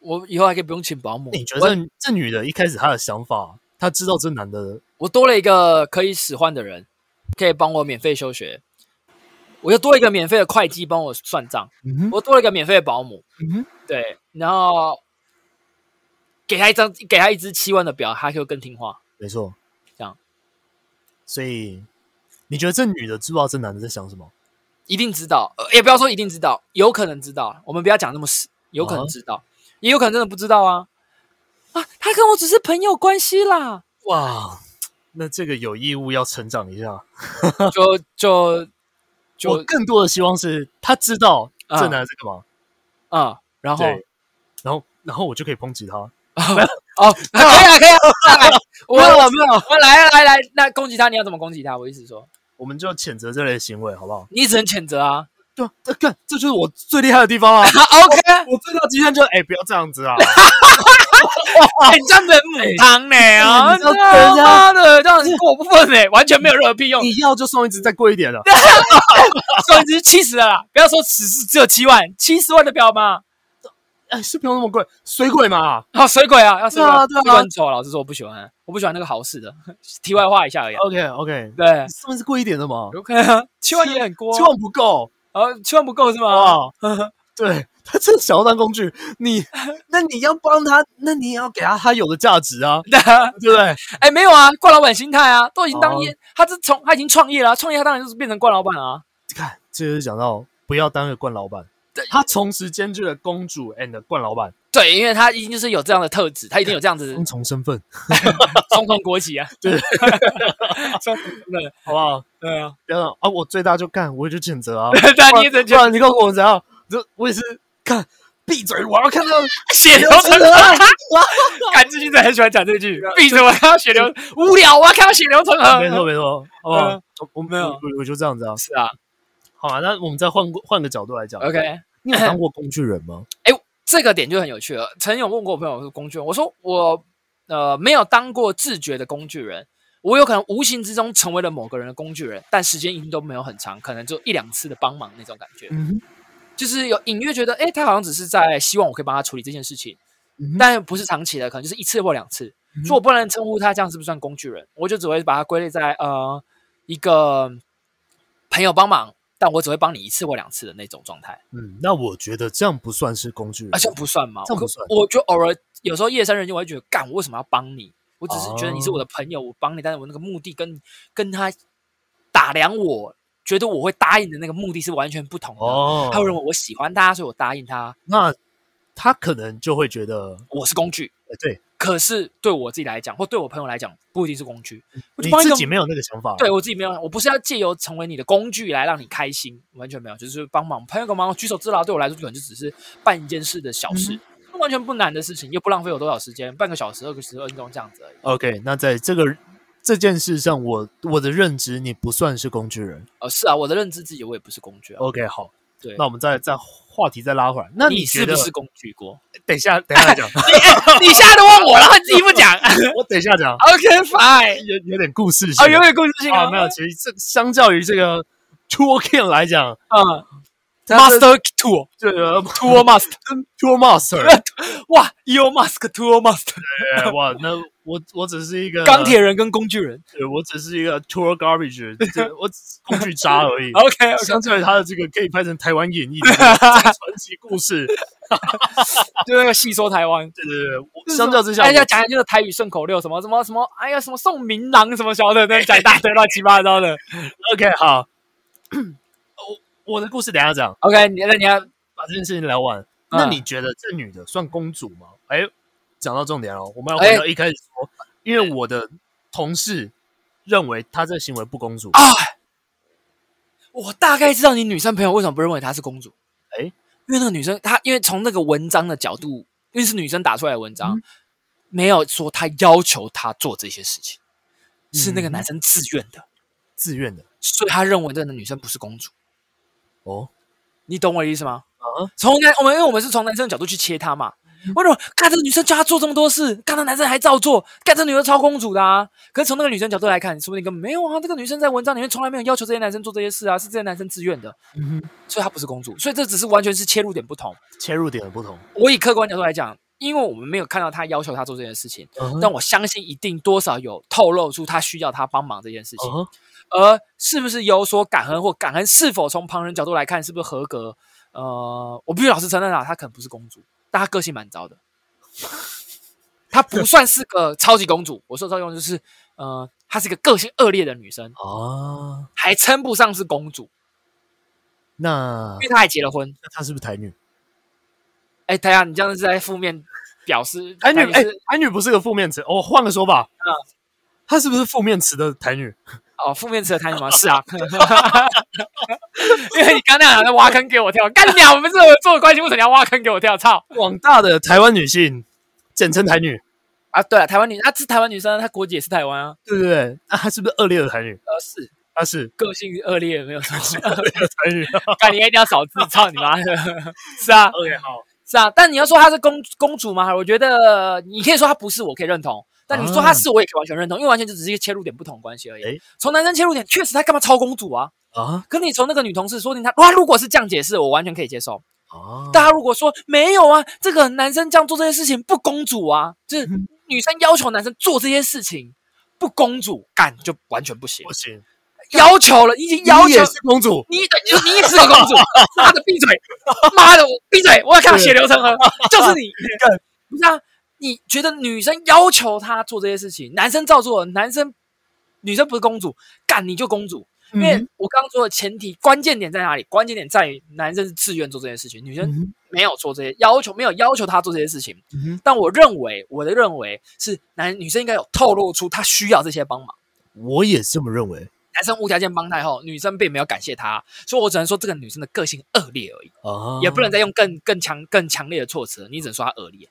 Speaker 1: 我以后还可以不用请保姆。
Speaker 2: 你觉
Speaker 1: 我
Speaker 2: 得这这女的一开始她的想法，她知道这男的
Speaker 1: 我多了一个可以使唤的人，可以帮我免费休学，我又多一个免费的会计帮我算账，
Speaker 2: 嗯哼
Speaker 1: 我多了一个免费的保姆，
Speaker 2: 嗯哼
Speaker 1: 对，然后给他一张，给他一只七万的表，他就更听话。
Speaker 2: 没错，
Speaker 1: 这样，
Speaker 2: 所以你觉得这女的知不知道这男的在想什么？
Speaker 1: 一定知道，呃也不要说一定知道，有可能知道。我们不要讲那么死，有可能知
Speaker 2: 啊
Speaker 1: 道，也有可能真的不知道啊。啊，他跟我只是朋友关系 啦，
Speaker 2: 哇，那这个有义务要成长一下。
Speaker 1: 就就
Speaker 2: 我
Speaker 1: 就
Speaker 2: 更多的希望是她知道这男的在干嘛，
Speaker 1: 啊、然后
Speaker 2: 对，然后然后我就可以抨击他。
Speaker 1: 哦， 可以啊，可以啊，来我
Speaker 2: 没有了
Speaker 1: 没有，我来来来，那攻击他，你要怎么攻击他？我意思说，
Speaker 2: 我们就谴责这类行为，好不好？
Speaker 1: 你只能谴责 啊。
Speaker 2: 对啊，这干，这就是我最厉害的地方啊！
Speaker 1: 啊 OK，
Speaker 2: 我最大极限就是，哎、不要这样 子啊！
Speaker 1: 很像人母汤呢啊，
Speaker 2: 哎你知道
Speaker 1: 他妈的，这样子过分呢，完全没有任何屁 用。
Speaker 2: 你要就送一只再贵一点的，
Speaker 1: 算只是七十了啦，不要说只是只有七万，七十万的表嘛。
Speaker 2: 哎、是不用那么贵，水鬼嘛。
Speaker 1: 啊，水鬼啊，要水鬼，
Speaker 2: 对啊对
Speaker 1: 水
Speaker 2: 啊
Speaker 1: 鬼很丑。老实说，我不喜欢，我不喜欢那个好事的。 题外话一下而已啊。
Speaker 2: OK OK，
Speaker 1: 对
Speaker 2: 送一只贵一点的嘛，
Speaker 1: ，OK 啊， 七万也很多啊，
Speaker 2: 千万不够，
Speaker 1: 啊，七万不够是
Speaker 2: 好
Speaker 1: 吗？
Speaker 2: 不好？ 对他真的想要当工具，你那你要帮他，那你也要给他他有的价值啊，对不对？
Speaker 1: 哎，没有啊，冠老板心态啊，都已经当
Speaker 2: 哦
Speaker 1: 业，他是从他已经创业了啊，创业他当然就是变成冠老板了啊。
Speaker 2: 看，这就是讲到不要当个惯老板
Speaker 1: 对，
Speaker 2: 他同时兼具了公主 and 惯老板
Speaker 1: 对，因为他一定就是有这样的特质，他一定有这 样子
Speaker 2: 双重身份，
Speaker 1: 双重国籍啊。
Speaker 2: 对，
Speaker 1: 双重对
Speaker 2: 好不好？
Speaker 1: 对 啊，
Speaker 2: 不要让啊，我最大就干，我就谴责啊，
Speaker 1: 但你也只能
Speaker 2: 不
Speaker 1: 觉得
Speaker 2: 然你告诉我怎样？这我也是看闭嘴，我要看到啊
Speaker 1: 血流
Speaker 2: 流
Speaker 1: 成
Speaker 2: 成河。啊
Speaker 1: 感志军真的很喜欢讲这句，闭着我看到血流，无聊，我要看到血流成河。
Speaker 2: 没错没错，好不好
Speaker 1: 啊嗯？
Speaker 2: 我我
Speaker 1: 没有
Speaker 2: 我我就这样子啊。
Speaker 1: 是啊
Speaker 2: 好啊，那我们再换个换个角度来讲
Speaker 1: ，OK。
Speaker 2: 你有当过工具人吗？
Speaker 1: 这个点就很有趣了。曾有问过我朋友是工具人，我说我呃没有当过自觉的工具人，我有可能无形之中成为了某个人的工具人，但时间一定都没有很长，可能就一两次的帮忙那种感觉，
Speaker 2: 嗯
Speaker 1: 就是有隐约觉得，哎，他好像只是在希望我可以帮他处理这件事情，
Speaker 2: 嗯哼，嗯
Speaker 1: 但不是长期的，可能就是一次或两次。所以我不能称呼他这样是不是算工具人？我就只会把它归类在呃一个朋友帮忙，但我只会帮你一次或两次的那种状态，
Speaker 2: 嗯，那我觉得这样不算是工具人
Speaker 1: 啊，，这样不算吗？
Speaker 2: 这样不算
Speaker 1: 我就偶尔有时候夜深人静，我会觉得，干，我为什么要帮你？我只是觉得你是
Speaker 2: 哦
Speaker 1: 我的朋友，我帮你，但是我那个目的跟跟他打量我，觉得我会答应的那个目的是完全不同的。
Speaker 2: 哦，
Speaker 1: 他会认为我喜欢他，所以我答应他，
Speaker 2: 那他可能就会觉得，
Speaker 1: 我是工具。
Speaker 2: 呃对
Speaker 1: 可是对我自己来讲，或对我朋友来讲，不一定是工具。我就
Speaker 2: 嗯你
Speaker 1: 帮一
Speaker 2: 自
Speaker 1: 个
Speaker 2: 己没有那个想法，
Speaker 1: 对我自己没有，我不是要借由成为你的工具来让你开心，完全没有，就是帮忙朋友个忙，举手之劳对我来说可能就只是办一件事的小
Speaker 2: 嗯
Speaker 1: 事，完全不难的事情，又不浪费我多少时间，半个小时、二个十分钟这样子而已。
Speaker 2: ，OK，那在这个这件事上，我我的认知，你不算是工具人
Speaker 1: 呃，是啊，我的认知自己我也不是工具啊，
Speaker 2: ，OK，好，
Speaker 1: 对
Speaker 2: 那我们再再话题再拉回来，哦那
Speaker 1: 你
Speaker 2: 觉
Speaker 1: 是
Speaker 2: 得
Speaker 1: 不是工具 过？
Speaker 2: 等一下等一下讲，
Speaker 1: 你现在都问我了，你自己不讲
Speaker 2: 我等一下讲，
Speaker 1: ，OK fine，
Speaker 2: 有有点故事性
Speaker 1: 啊，有点故事性
Speaker 2: 啊，没有，其实这相较于这个 Tour King 来讲
Speaker 1: 嗯
Speaker 2: 它是
Speaker 1: ，Master Tool
Speaker 2: 这个
Speaker 1: Tool Master，
Speaker 2: Tour Master，
Speaker 1: 哇，Elon Musk Tool
Speaker 2: 嗯
Speaker 1: Master，
Speaker 2: 对哎哇，那我我只是一个
Speaker 1: 钢铁人跟工具人。
Speaker 2: 对我只是一个 tour garbage，这我只是工具渣而已
Speaker 1: ，OK OK，
Speaker 2: 相较于他的这个可以拍成台湾 演绎的这个传奇故事，
Speaker 1: 就那个戏说台湾。
Speaker 2: 对对对，我相较之下，
Speaker 1: 大家
Speaker 2: 我
Speaker 1: 哎讲的就是台语顺口溜，什么什么什么，哎呀，什么宋明郎什么小的，那讲一大堆乱七八糟的。
Speaker 2: OK 好，我我的故事等一下讲，
Speaker 1: OK，你那你要
Speaker 2: 把这件事情聊完。
Speaker 1: 嗯
Speaker 2: 那你觉得这女的算公主吗？哎，讲到重点哦，我们要回到一开始说，因为我的同事认为她这行为不公主，
Speaker 1: 啊，我大概知道你女生朋友为什么不认为她是公主。
Speaker 2: 哎
Speaker 1: 因为那个女生她，因为从那个文章的角度，因为是女生打出来的文章，没有说她要求她做这些事情，是那个男生自愿的，
Speaker 2: 自愿的
Speaker 1: 所以她认为这个女生不是公主。
Speaker 2: 哦，
Speaker 1: 你懂我的意思吗？
Speaker 2: 啊
Speaker 1: 从男我们因为我们是从男生的角度去切她嘛。我说，看这个女生叫她做这么多事，看这男生还照做，干这女的超公主的啊。可是从那个女生角度来看，说不定根本没有啊。这个女生在文章里面从来没有要求这些男生做这些事啊，是这些男生自愿的，
Speaker 2: 嗯哼
Speaker 1: 所以她不是公主。所以这只是完全是切入点不同。
Speaker 2: 切入点的不同，
Speaker 1: 我以客观角度来讲，因为我们没有看到她要求她做这件事情，
Speaker 2: 嗯
Speaker 1: 但我相信一定多少有透露出她需要她帮忙这件事情。
Speaker 2: 嗯哼
Speaker 1: 而是不是有所感恩或感恩是否从旁人角度来看是不是合格？呃，我必须老实承认啊，她可能不是公主，但她个性蛮糟的， 她不算是个超级公主。 我说超级公主就是，呃，她是一个个性恶劣的女生，
Speaker 2: 啊。
Speaker 1: 还称不上是公主，
Speaker 2: 那
Speaker 1: 因为她还结了婚。
Speaker 2: 那她是不是台女？
Speaker 1: 哎，大家，你这样是在负面表示
Speaker 2: 台女 哎
Speaker 1: 是、
Speaker 2: 台女不是个负面词，我、换个说法，她是不是负面词的台女？
Speaker 1: 哦，负面词的台女吗？ 是啊，因为你刚那样在挖坑给我跳，干你啊！我们这做的关系为什么你要挖坑给我跳？操！
Speaker 2: 广大的台湾女性，简称台女，
Speaker 1: 啊，对了，台湾女，她、是台湾女生，她国籍也是台湾啊，
Speaker 2: 对不对？那、她是不是恶劣的台女？
Speaker 1: 呃，是
Speaker 2: 她是
Speaker 1: 个性恶劣，没有错。
Speaker 2: 台女。啊
Speaker 1: 干你一定要少自操你妈的！是啊，
Speaker 2: OK，好，
Speaker 1: 是啊，但你要说她是公公主吗？我觉得你可以说她不是，我可以认同。但你说她是，我也可以完全认同，因为完全就只是一个切入点不同的关系而
Speaker 2: 啊诶
Speaker 1: 已。从男生切入点，确实她干嘛超公主啊？
Speaker 2: 啊
Speaker 1: 可你从那个女同事说不定她，哇，如果是这样解释，我完全可以接受。
Speaker 2: 啊，
Speaker 1: 大家如果说没有啊，这个男生这样做这些事情不公主啊，就是
Speaker 2: 嗯
Speaker 1: 女生要求男生做这些事情不公主，干就完全不行
Speaker 2: 不。行，
Speaker 1: 要求了，已经要
Speaker 2: 你
Speaker 1: 求
Speaker 2: 也是公主，
Speaker 1: 你等你你也是个 公主，妈的闭嘴，妈的我闭嘴，我要看到血流成河，就是 你，不是啊？你觉得女生要求他做这些事情，男生照做，男生女生不是公主，干你就公主。因为
Speaker 2: 嗯
Speaker 1: 我刚刚说的前提关键点在哪里？关键点在于男生是自愿做这件事情，女生
Speaker 2: 嗯
Speaker 1: 没有做这些要求，没有要求他做这些事情。
Speaker 2: 哼
Speaker 1: 但我认为，我的认为是男女生应该有透露出他需要这些帮忙。
Speaker 2: 我也这么认为
Speaker 1: 男生无条件帮他以后，女生并没有感谢他，所以我只能说这个女生的个性恶劣而已，
Speaker 2: 啊，
Speaker 1: 也不能再用更更强、更强烈的措辞，你只能说她恶劣，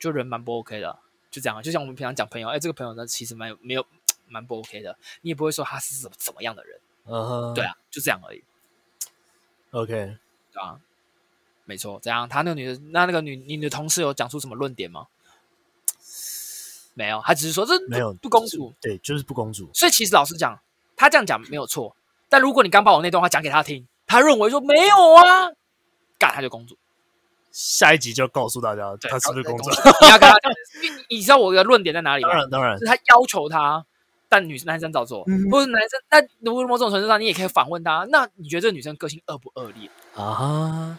Speaker 1: 就人蛮不 OK 的，就这样啊。就像我们平常讲朋友，哎，这个朋友呢其实蛮有没有蛮不 OK 的，你也不会说他是怎么怎么样的人，
Speaker 2: 啊，
Speaker 1: 对啊，就这样而已，
Speaker 2: ，OK，
Speaker 1: 对啊，没错，这样。他那个女的，那那个女你的同事有讲出什么论点吗？没有，他只是说这
Speaker 2: 没有
Speaker 1: 不公主，
Speaker 2: 对，就是不公主，
Speaker 1: 所以其实老实讲，他这样讲没有错。但如果你刚把我那段话讲给他听，他认为说没有啊，干他就公主，
Speaker 2: 下一集就告诉大家
Speaker 1: 对
Speaker 2: 他是不是工作。
Speaker 1: 你要跟他讲，因为你你知道我的论点在哪里
Speaker 2: 当
Speaker 1: 吗？
Speaker 2: 然当然
Speaker 1: 就，是他要求他，但女男生照做，
Speaker 2: 嗯
Speaker 1: 或者男生，那如果某种程度上，你也可以反问他，那你觉得这个女生个性恶不恶劣？
Speaker 2: 啊，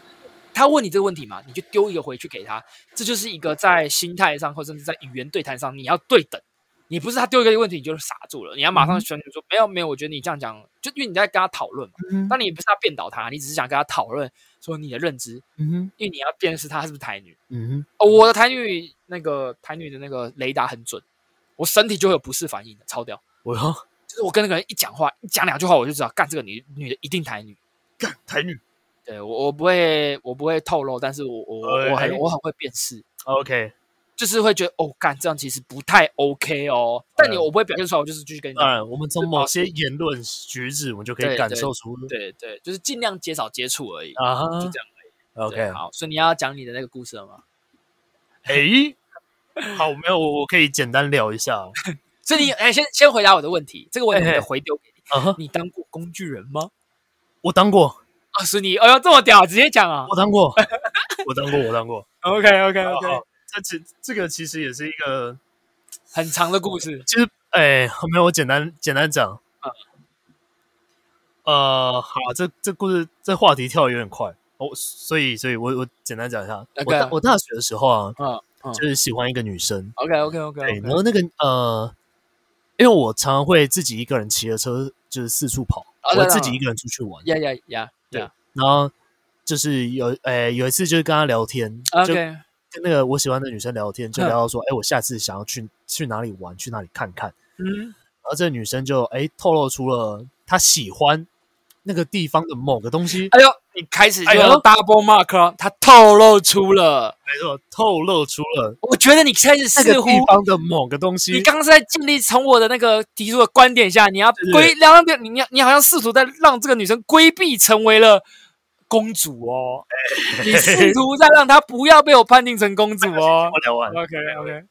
Speaker 1: 他问你这个问题嘛，你就丢一个回去给他，这就是一个在心态上，或甚至在语言对谈上，你要对等。你不是他丢一个问题你就傻住了，你要马
Speaker 2: 嗯
Speaker 1: 上选择说、没有没有，我觉得你这样讲，就因为你在跟他讨论嘛。
Speaker 2: 嗯
Speaker 1: 当你不是要辩倒他，你只是想跟他讨论说你的认知，
Speaker 2: 嗯
Speaker 1: 因为你要辨识他是不是台女。
Speaker 2: 嗯，
Speaker 1: 哦，我的台女那个台女的那个雷达很准，我身体就会有不适反应的，超屌。
Speaker 2: 我要
Speaker 1: 就是我跟那个人一讲话，一讲两句话，我就知道，干这个女女的一定台女。
Speaker 2: 干台女。
Speaker 1: 对我我不会我不会透露，但是我我我
Speaker 2: 哎
Speaker 1: 很我很会辨识，
Speaker 2: OK，
Speaker 1: 就是会觉得哦，干这样其实不太 OK 哦。但你
Speaker 2: 嗯
Speaker 1: 我不会表现出来，我就是继续跟你
Speaker 2: 当
Speaker 1: 讲。
Speaker 2: 然，我们从某些言论举止，我们就可以
Speaker 1: 对
Speaker 2: 感
Speaker 1: 对
Speaker 2: 受出
Speaker 1: 对对，就是尽量减少接触而已。
Speaker 2: 啊哈
Speaker 1: 就这样对
Speaker 2: ，OK，
Speaker 1: 好，所以你要讲你的那个故事了吗？
Speaker 2: 诶，好，没有，我我可以简单聊一下哦
Speaker 1: 所以你哎，先先回答我的问题，这个问题
Speaker 2: 哎哎
Speaker 1: 我回丢给你。
Speaker 2: 啊哈，
Speaker 1: 你当过工具人吗？
Speaker 2: 我当过，
Speaker 1: 啊，是你，哎呦，这么屌，直接讲啊
Speaker 2: 我当过，我当过，我当过。
Speaker 1: ！OK OK
Speaker 2: 好好这其这个其实也是一个，
Speaker 1: 很长的故事，
Speaker 2: 其实哎，没有，我简单简单讲
Speaker 1: 嗯。
Speaker 2: 呃，好，这这故事这话题跳得有点快哦，所以所以我我简单讲一下，我
Speaker 1: OK
Speaker 2: 大我大学的时候啊，
Speaker 1: 嗯嗯
Speaker 2: 就是喜欢一个女生，
Speaker 1: ，OK OK 哦 OK，
Speaker 2: 对，然后那个呃，因为我常常会自己一个人骑着车，就是四处跑，
Speaker 1: 啊
Speaker 2: 我
Speaker 1: 对
Speaker 2: 自
Speaker 1: 对
Speaker 2: 己一个人出去玩。
Speaker 1: 呀呀呀
Speaker 2: 对
Speaker 1: 呀
Speaker 2: 然后就是有呃有一次就是跟她聊天
Speaker 1: ，OK，
Speaker 2: 就跟那个我喜欢的女生聊天，就
Speaker 1: 嗯
Speaker 2: 聊到说，哎、我下次想要去去哪里玩，去哪里看看。
Speaker 1: 嗯，
Speaker 2: 然后这个女生就哎、透露出了她喜欢那个地方的某个东西，
Speaker 1: 哎呦，你开始就
Speaker 2: 哎呦
Speaker 1: double mark 了，他透露出了，
Speaker 2: 没错，透露出了
Speaker 1: 我觉得你开始
Speaker 2: 那个
Speaker 1: 似乎
Speaker 2: 地。方的某个东西
Speaker 1: 你。刚刚是在建立从我的那个提出的观点下，你要
Speaker 2: 对对
Speaker 1: 规让让你你好像试图在让这个女生规避成为了公主 哦，你试图在让她不要被我判定成公主 哦
Speaker 2: 我。聊完
Speaker 1: OK OK，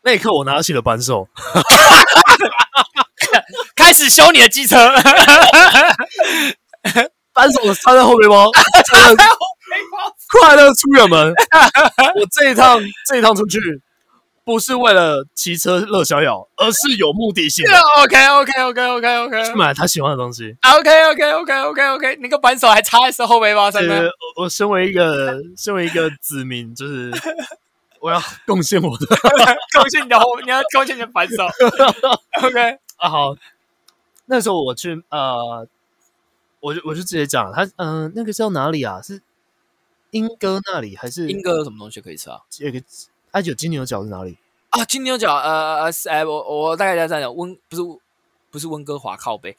Speaker 2: 那一刻，我拿起了扳手，
Speaker 1: 开始修你的机车，
Speaker 2: 扳手插在后 背包，真的快乐出远门。我这一趟这一趟出去，不是为了骑车乐逍遥，而是有目的 性的
Speaker 1: OK OK OK OK OK
Speaker 2: 去买他喜欢的东西。
Speaker 1: OK OK OK OK OK，那个扳手还插在是后背包上
Speaker 2: 就是
Speaker 1: 面。
Speaker 2: 我我身为一个身为一个子 民，就是我要贡献我的
Speaker 1: 贡献你的后，你要贡献你的扳 手。OK，
Speaker 2: 啊。好，那时候我去呃，我就我就直接讲他，嗯、那个叫哪里啊？是英哥那里还是
Speaker 1: 英哥有什么东西可以吃啊？
Speaker 2: 有个？他有金牛角是哪里？
Speaker 1: 啊，金牛角，呃呃，是哎，我我大概在这样温不是不是温哥华靠 北，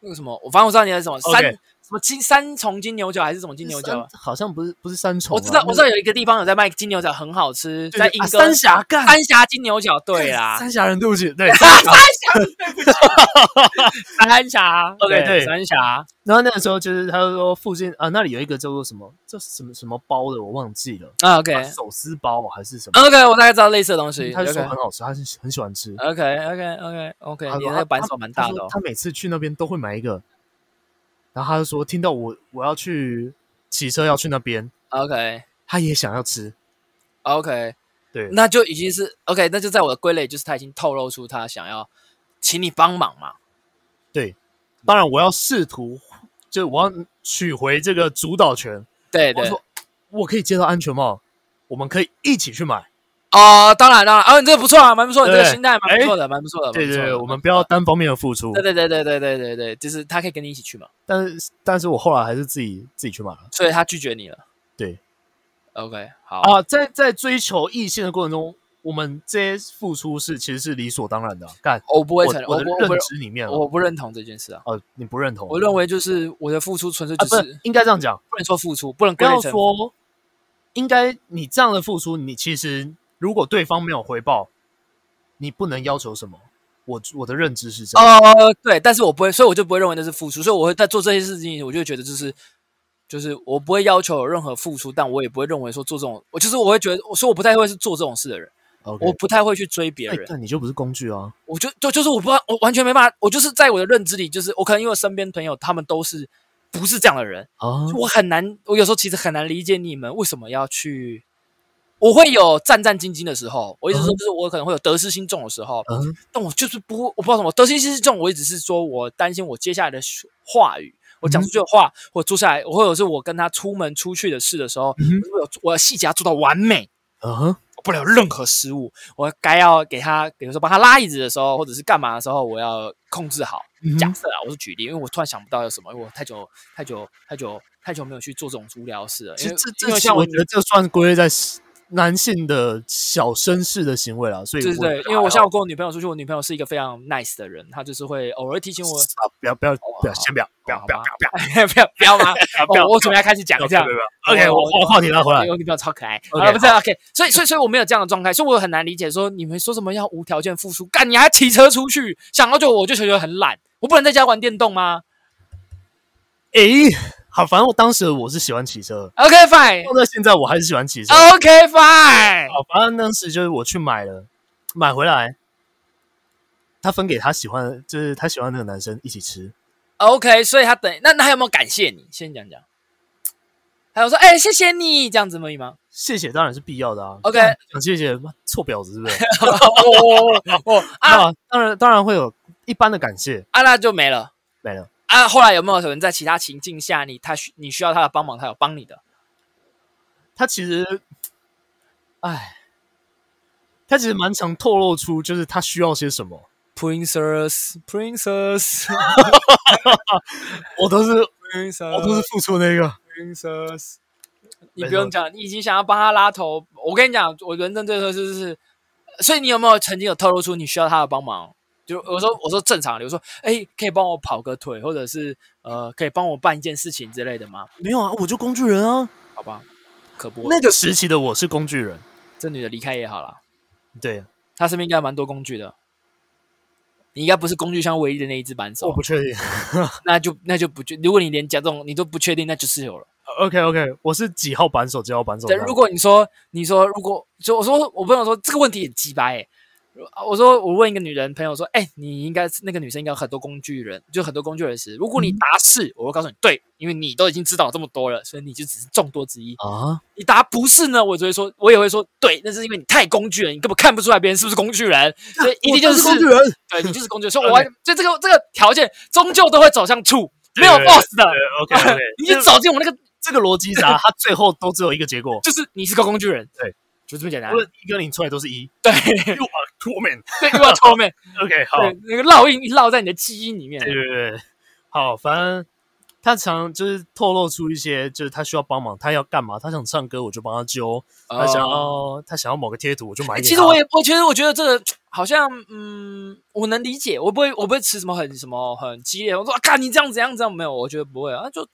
Speaker 1: 那个什么，我反正我知道你在什么
Speaker 2: OK
Speaker 1: 三什么金三重金牛角还是什么金牛角
Speaker 2: 三
Speaker 1: 啊，
Speaker 2: 好像不是不是三重啊、
Speaker 1: 我知道我知
Speaker 2: 道
Speaker 1: 道有一个地方有在卖金牛角，很好吃，在英
Speaker 2: 啊、
Speaker 1: 哥
Speaker 2: 三峡干
Speaker 1: 三峡金牛角，对啊啦，
Speaker 2: 三峡人对不起 对。
Speaker 1: 三峡
Speaker 2: OK，对
Speaker 1: 三峡，啊
Speaker 2: 然后那个时候就是他就说附近啊那里有一个叫做什么叫什么什么包的我忘记了，
Speaker 1: 啊 OK
Speaker 2: 啊手撕包还是什么？
Speaker 1: OK，我大概知道类似的东西
Speaker 2: 他就说
Speaker 1: ，OK
Speaker 2: 很好吃，他是很喜欢吃。
Speaker 1: OK OK OK OK，
Speaker 2: 他
Speaker 1: 你
Speaker 2: 说
Speaker 1: 那个
Speaker 2: 他
Speaker 1: 扳
Speaker 2: 他
Speaker 1: 手蛮
Speaker 2: 他
Speaker 1: 嗯大的
Speaker 2: 说
Speaker 1: 哦，
Speaker 2: 他每次去那边都会买一个，然后他就说听到我我要去骑车要去那边，
Speaker 1: OK。
Speaker 2: 他也想要
Speaker 1: 嗯
Speaker 2: 吃。
Speaker 1: OK，
Speaker 2: 对，
Speaker 1: 那就已经是 OK，那就在我的归类，就是他已经透露出他想要请你帮忙嘛。
Speaker 2: 当然我要试图，就我要取回这个主导权。
Speaker 1: 对
Speaker 2: 我
Speaker 1: 对，
Speaker 2: 哦说我可以接到安全帽，我们可以一起去买。
Speaker 1: 哦，当然当然，哦，你这个不错啊，蛮不错，你这个
Speaker 2: 对
Speaker 1: 心态蛮
Speaker 2: 哎
Speaker 1: 不错的，蛮不错的。
Speaker 2: 对
Speaker 1: 蛮
Speaker 2: 对
Speaker 1: 错的
Speaker 2: 对，我们不要。单方面的付出
Speaker 1: 对。对对对对对对对，就是他可以跟你一起去嘛，
Speaker 2: 但是但是我后来还是自己自己去买了。
Speaker 1: 所以他拒绝你了。
Speaker 2: 对
Speaker 1: ，OK，好，
Speaker 2: 啊，在在追求异性的过程中，我们这些付出是其实是理所当然的啊。干，
Speaker 1: 我不会承认，
Speaker 2: 我
Speaker 1: 我
Speaker 2: 的
Speaker 1: 不我不
Speaker 2: 认知里面啊，
Speaker 1: 我不认同这件事啊，
Speaker 2: 哦，你不认同？
Speaker 1: 我认为就是我的付出纯粹
Speaker 2: 啊，
Speaker 1: 只
Speaker 2: 不
Speaker 1: 是
Speaker 2: 是应该这样讲，
Speaker 1: 不能说付出，不能
Speaker 2: 不
Speaker 1: 归类
Speaker 2: 要
Speaker 1: 成
Speaker 2: 说应该你这样的付出，你其实如果对方没有回报，你不能要求什么。我我的认知是这样，
Speaker 1: 呃，对，但是我不会，所以我就不会认为那是付出，所以我会在做这些事情，我就会觉得就是就是我不会要求有任何付出，但我也不会认为说做这种，我就是我会觉得，我说我不太会是做这种事的人，哦我不太会去追别
Speaker 2: 那
Speaker 1: 人，
Speaker 2: 那哎你就不是工具啊。
Speaker 1: 我就就就是我不知道，我完全没办法，我就是在我的认知里，就是我可能因为身边朋友他们都是不是这样的人，
Speaker 2: 啊
Speaker 1: 就我很难，我有时候其实很难理解你们为什么要去。我会有战战兢兢的时候，我一直说
Speaker 2: 嗯
Speaker 1: 就是我可能会有得失心重的时候，
Speaker 2: 嗯
Speaker 1: 但我就是不，我不知道什么得失心重，我一直是说我担心我接下来的话语，我讲出
Speaker 2: 嗯
Speaker 1: 去的话，我做下来，或者是我跟他出门出去的事的时候，
Speaker 2: 嗯哼
Speaker 1: 我有我的细节要做到完美，
Speaker 2: 啊
Speaker 1: 我不能有任何失误。我该要给他，比如说帮他拉椅子的时候，或者是干嘛的时候，我要控制好。
Speaker 2: 嗯哼
Speaker 1: 假设啊，我是举例，因为我突然想不到有什么，因为我太久、太久、太久、太久没有去做这种无聊的事了。
Speaker 2: 其
Speaker 1: 因
Speaker 2: 实
Speaker 1: 为
Speaker 2: 这
Speaker 1: 因为
Speaker 2: 这是
Speaker 1: 像
Speaker 2: 我
Speaker 1: 我
Speaker 2: 觉得这算归类在男性的小绅士的行为了，所以
Speaker 1: 对对对
Speaker 2: 觉，得
Speaker 1: 因为我
Speaker 2: 还
Speaker 1: 像
Speaker 2: 好
Speaker 1: 我跟我女朋友出去，我女朋友是一个非常 nice 的人，她就是会偶尔提醒我，
Speaker 2: 啊，不要不要不要，
Speaker 1: 好
Speaker 2: 先不要不要
Speaker 1: 好
Speaker 2: 不要
Speaker 1: 吧
Speaker 2: 不要不
Speaker 1: 不要不要吗？
Speaker 2: 要 不
Speaker 1: 哦
Speaker 2: 要，
Speaker 1: 我准备要开始讲
Speaker 2: 不要
Speaker 1: 一下哦
Speaker 2: 不。要不要 OK，
Speaker 1: 我
Speaker 2: 我话话题拉回来
Speaker 1: 因，为我女朋友超可爱。
Speaker 2: OK，
Speaker 1: 啊，不是 OK，所以所以所以我没有这样的状态，所以我很难理解说你们说什么要无条件付出，干你还骑车出去，想到就我就觉得很懒，我不能在家玩电动吗
Speaker 2: 诶，好，反正我当时我是喜欢骑车的，
Speaker 1: ？OK fine
Speaker 2: 放。到现在我还是喜欢骑车。
Speaker 1: OK fine，
Speaker 2: 好，反正当时就是我去买了，买回来，他分给他喜欢的，就是他喜欢的那个男生一起吃。
Speaker 1: OK，所以他等那那还有没有感谢你？先讲讲，还有说哎、谢谢你这样子而已吗？
Speaker 2: 谢谢当然是必要的啊。
Speaker 1: OK
Speaker 2: 想谢谢妈臭婊子是 不是？
Speaker 1: 哦哦哦哦啊
Speaker 2: 啊，当然当然会有一般的感谢，
Speaker 1: 啊那就没了
Speaker 2: 没了。
Speaker 1: 啊。后来有没有人在其他情境下你他需你需要他的帮忙，他有帮你的？
Speaker 2: 他其实，哎，他其实蛮常透露出就是他需要些什么，
Speaker 1: Princess, princess,
Speaker 2: 我都是
Speaker 1: princess，
Speaker 2: 我都是付出那个。
Speaker 1: princess。你
Speaker 2: 没
Speaker 1: 不用
Speaker 2: 错
Speaker 1: 讲，你已经想要帮他拉头。我跟你讲，我人生最后就是，所以你有没有曾经有透露出你需要他的帮忙？就我说我说正常，比如说，哎、可以帮我跑个腿，或者是呃，可以帮我办一件事情之类的吗？
Speaker 2: 没有啊，我就工具人啊。
Speaker 1: 好吧，可不，
Speaker 2: 那个时期的我是工具人，
Speaker 1: 这女的离开也好了，
Speaker 2: 对，
Speaker 1: 她身边应该有蛮多工具的。你应该不是工具箱唯一的那一只扳
Speaker 2: 我
Speaker 1: 手
Speaker 2: 不，确定。
Speaker 1: 那就那就不确。如果你连讲这种你都不确定，那就是有了。
Speaker 2: OK OK，我是几号扳手？几号扳手？
Speaker 1: 对，如果你说你说如果就我说我朋友说这个问题很鸡掰、欸，我说我问一个女人朋友说，哎、你应该是那个女生应该有很多工具人，就很多工具人时，如果你
Speaker 2: 嗯
Speaker 1: 答是，我会告诉你对，因为你都已经知道这么多了，所以你就只是众多之一。
Speaker 2: 啊，
Speaker 1: 你答不是呢，我就会说，我也会说对，那是因为你太工具人，你根本看不出来别人是不是工具 人，所以一定就是
Speaker 2: 工具人。
Speaker 1: 对你就是 工具人。所以我完就这个这个条件终究都会走向 two，没有
Speaker 2: 对
Speaker 1: boss 的，
Speaker 2: OK OK，
Speaker 1: 你就走进我那个，
Speaker 2: 这个逻辑啥？它最后都只有一个结 果，
Speaker 1: 就是你是个工具人，
Speaker 2: 对，
Speaker 1: 就这么简单
Speaker 2: 无。论一跟零出来都是一。
Speaker 1: 对
Speaker 2: You are two man。
Speaker 1: 对，又要抽面。
Speaker 2: OK，好，
Speaker 1: 对，那个烙印烙在你的基因里面。
Speaker 2: 哦对对对，对好，反正他常就是透露出一些，就是他需要帮忙，他要干嘛，他想唱歌我就帮他揪，他想
Speaker 1: 哦
Speaker 2: 要他想要某个贴图我就买
Speaker 1: 欸
Speaker 2: 给他。
Speaker 1: 其实我也，我其实我觉得这个好像，嗯，我能理解，我不会，我不会吃什么很什么很激烈。我说，啊，看你这样怎样怎样，没有，我觉得不会啊，就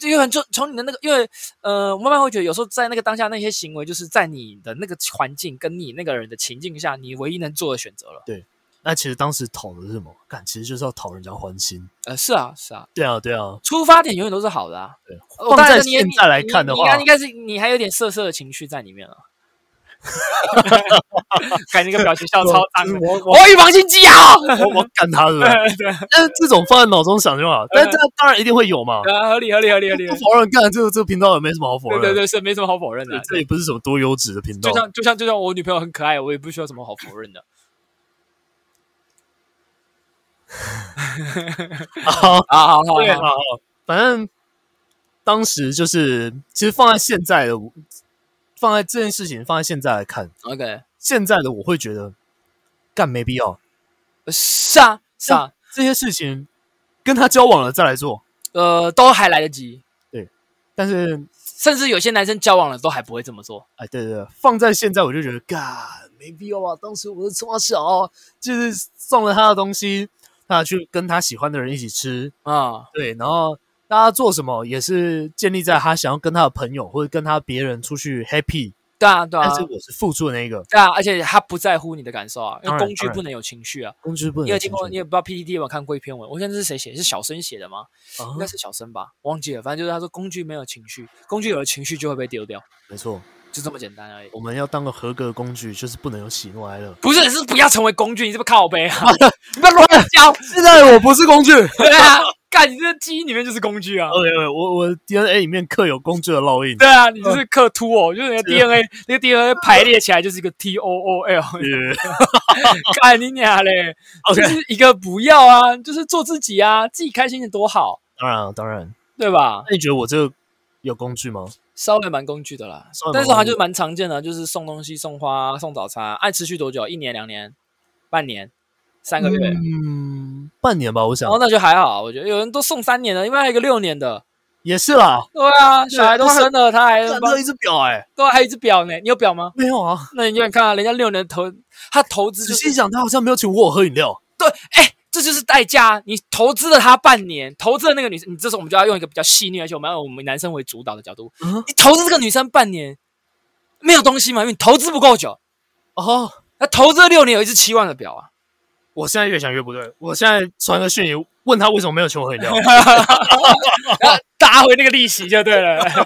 Speaker 1: 因为很就从你的那个，因为呃，我慢慢会觉得有时候在那个当下那些行为，就是在你的那个环境跟你那个人的情境下，你唯一能做的选择了。
Speaker 2: 那其实当时讨的是什么？干，其实就是要讨人家欢心。
Speaker 1: 呃，是啊，是啊，
Speaker 2: 对啊，对啊，
Speaker 1: 出发点永远都是好的啊。
Speaker 2: 对
Speaker 1: 呃，我
Speaker 2: 放
Speaker 1: 当然
Speaker 2: 在
Speaker 1: 你也
Speaker 2: 现在来看的
Speaker 1: 你你
Speaker 2: 话
Speaker 1: 应该应该是你还有点色色的情绪在里 面了。啊看那个表情笑啊超脏
Speaker 2: 就是
Speaker 1: 的，
Speaker 2: 我我啊
Speaker 1: 我语防心机啊！
Speaker 2: 我我干 他了。
Speaker 1: 对
Speaker 2: 但是这种放在脑中想就好，
Speaker 1: 嗯
Speaker 2: 但这当然一定会有嘛。
Speaker 1: 啊，合理合理合理合理，
Speaker 2: 不否认，干这个这个频道也没什么好否
Speaker 1: 对
Speaker 2: 认。
Speaker 1: 对对，是没什么好否认的
Speaker 2: 对，。啊这也不是什么多优质的频道
Speaker 1: 就。像就像就像我女朋友很可爱，我也不需要什么好否认的。
Speaker 2: 好，
Speaker 1: 啊，好好
Speaker 2: 对，好，好反正当时就是，其实放在现在的我，放在这件事情放在现在来看，
Speaker 1: ，OK，
Speaker 2: 现在的我会觉得干没必要，
Speaker 1: 是啊是啊，
Speaker 2: 这些事情跟他交往了再来做。
Speaker 1: 呃，都还来得及，
Speaker 2: 但是，
Speaker 1: 甚至有些男生交往了都还不会这么做。
Speaker 2: 哎，对对对，放在现在我就觉得干没必要啊。当时我是从小就是送了他的东西，他去跟他喜欢的人一起吃，
Speaker 1: 啊，
Speaker 2: 对，然后大家做什么也是建立在他想要跟他的朋友或者跟他别人出去 happy，、
Speaker 1: 对啊对啊
Speaker 2: 但是我是付出的那一个，
Speaker 1: 对啊，而且他不在乎你的感受啊，因为
Speaker 2: 当然
Speaker 1: 工具
Speaker 2: 当然
Speaker 1: 不能有情绪啊。
Speaker 2: 工具不能
Speaker 1: 你有听过？
Speaker 2: 进
Speaker 1: 你
Speaker 2: 去
Speaker 1: 也不知道 PPT 有没有看过一篇文？我现在是谁写？是小生写的吗？
Speaker 2: 啊
Speaker 1: 应该是小生吧，忘记了。反正就是他说，工具没有情绪，工具有了情绪就会被丢掉，
Speaker 2: 没错，
Speaker 1: 就这么简单而已。
Speaker 2: 我们要当个合格的工具，就是不能有喜怒哀乐。
Speaker 1: 不是，是 不要成为工具，你是不是靠背啊？你不要乱教，
Speaker 2: 现在我不是工具，
Speaker 1: 对啊，干，你这基因里面就是工具啊。
Speaker 2: OK，OK，我我 DNA 里面刻有工具的烙印。
Speaker 1: 对啊，你就是克 t 哦， 就是你的 DNA 那个 DNA 排列起来就是一个 T O O L，干你娘嘞！
Speaker 2: OK，
Speaker 1: 就是一个不要啊，就是做自己啊，自己开心的多好，
Speaker 2: 当然啊当然。
Speaker 1: 对吧？
Speaker 2: 那你觉得我这个有工具吗？
Speaker 1: 稍微蛮工具的啦
Speaker 2: 稍微，蛮
Speaker 1: 但是好像
Speaker 2: 工具
Speaker 1: 就蛮常见的，啊就是送东西、送花、送早餐，按持续多久？一年、两年、半年、三个月？
Speaker 2: 嗯，半年吧，我想
Speaker 1: 哦，那就还好，我觉得有人都送三年的，因为还有一个六年的。
Speaker 2: 也是啦。
Speaker 1: 对啊，小孩都生了，他还
Speaker 2: 看到一只表哎，
Speaker 1: 对啊，还有一只表呢。你有表吗？
Speaker 2: 没有啊。
Speaker 1: 那你就看啊，人家六年投，他投资
Speaker 2: 仔
Speaker 1: 就是
Speaker 2: 细想，他好像没有请我喝饮料。
Speaker 1: 对，哎、这就是代价。你投资了她半年，投资了那个女生，你这时候我们就要用一个比较细腻，而且我们要用我们男生为主导的角度，
Speaker 2: 嗯
Speaker 1: 你投资这个女生半年，没有东西嘛，因为你投资不够久。
Speaker 2: 哦，
Speaker 1: 那投资了六年有一只七万的表啊，
Speaker 2: 我现在越想越不对。我现在传个讯息问他为什么没有请我喝 饮料。
Speaker 1: 然后打回那个利息就对了。
Speaker 2: 呃，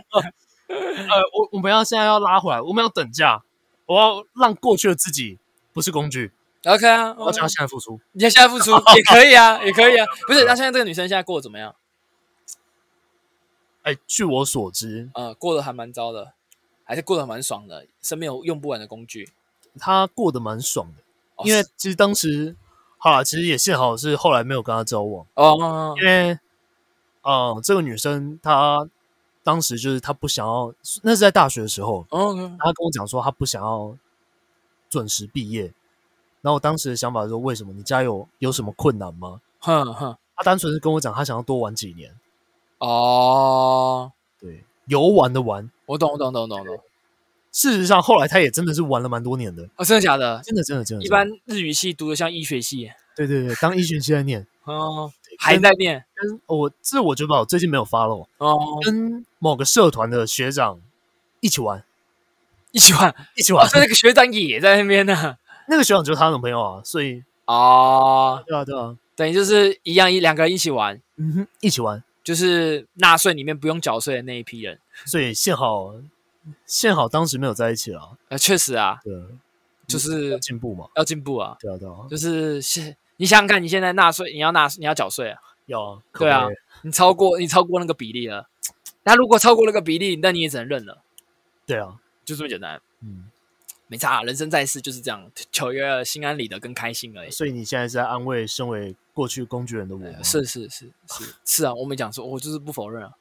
Speaker 2: 我我们要现在要拉回来，我们要等价，我要让过去的自己不是工具，
Speaker 1: OK 啊，
Speaker 2: 我要向现在付出。
Speaker 1: 你现在付出也可以啊，也可以啊。不是，那现在这个女生现在过得怎么样？
Speaker 2: 哎，据我所知，
Speaker 1: 呃，过得还蛮糟的，还是过得蛮爽的，身边有用不完的工具。
Speaker 2: 他过得蛮爽的，
Speaker 1: 哦
Speaker 2: 因为其实当时，好啦，其实也幸好是后来没有跟他交往，
Speaker 1: 哦哦，哦
Speaker 2: 因为，呃，这个女生她当时就是她不想要，那是在大学的时候，
Speaker 1: 哦，OK，
Speaker 2: 她跟我讲说她不想要准时毕业，然后我当时的想法是说，为什么你家有有什么困难吗？
Speaker 1: 哼哼，
Speaker 2: 她单纯是跟我讲她想要多玩几年，
Speaker 1: 哦，
Speaker 2: 对，游玩的玩。
Speaker 1: 我懂，我懂，懂，懂，懂。
Speaker 2: 事实上，后来他也真的是玩了蛮多年的，
Speaker 1: 哦，真的假的？
Speaker 2: 真的真的真的。
Speaker 1: 一般日语系读的像医学系，
Speaker 2: 真的对对对，当医学系在念，
Speaker 1: 哦，还在念，
Speaker 2: 跟我这我就把我最近没有 follow，
Speaker 1: 哦，
Speaker 2: 跟某个社团的学长一起玩，
Speaker 1: 一起玩。
Speaker 2: 一起
Speaker 1: 哇，
Speaker 2: 玩。
Speaker 1: 所以那个学长也在那边呢。
Speaker 2: 那个学长就是他男朋友啊，所以
Speaker 1: 哦，
Speaker 2: 对啊对啊，
Speaker 1: 等于就是一样，一两个人一起玩，
Speaker 2: 嗯哼，一起玩。
Speaker 1: 就是纳税里面不用缴税的那一批人。
Speaker 2: 所以幸好幸好当时没有在一起啊，
Speaker 1: 呃，确实啊，
Speaker 2: 对，
Speaker 1: 就是
Speaker 2: 进步嘛，
Speaker 1: 要进步啊，
Speaker 2: 对啊对啊，
Speaker 1: 就是现你想想看，你现在纳税，你要纳你要缴税啊，
Speaker 2: 要啊，可
Speaker 1: 对啊
Speaker 2: 不可以，
Speaker 1: 你超过你超过那个比例了，那如果超过那个比例，那你也只能认了，
Speaker 2: 对啊，
Speaker 1: 就这么简单。
Speaker 2: 嗯，
Speaker 1: 没差啊、人生在世就是这样，求一个心安理得跟开心而已。
Speaker 2: 所以你现在是在安慰身为过去工具人的我吗？
Speaker 1: 是是是是是啊，我没讲错，我就是不否认啊。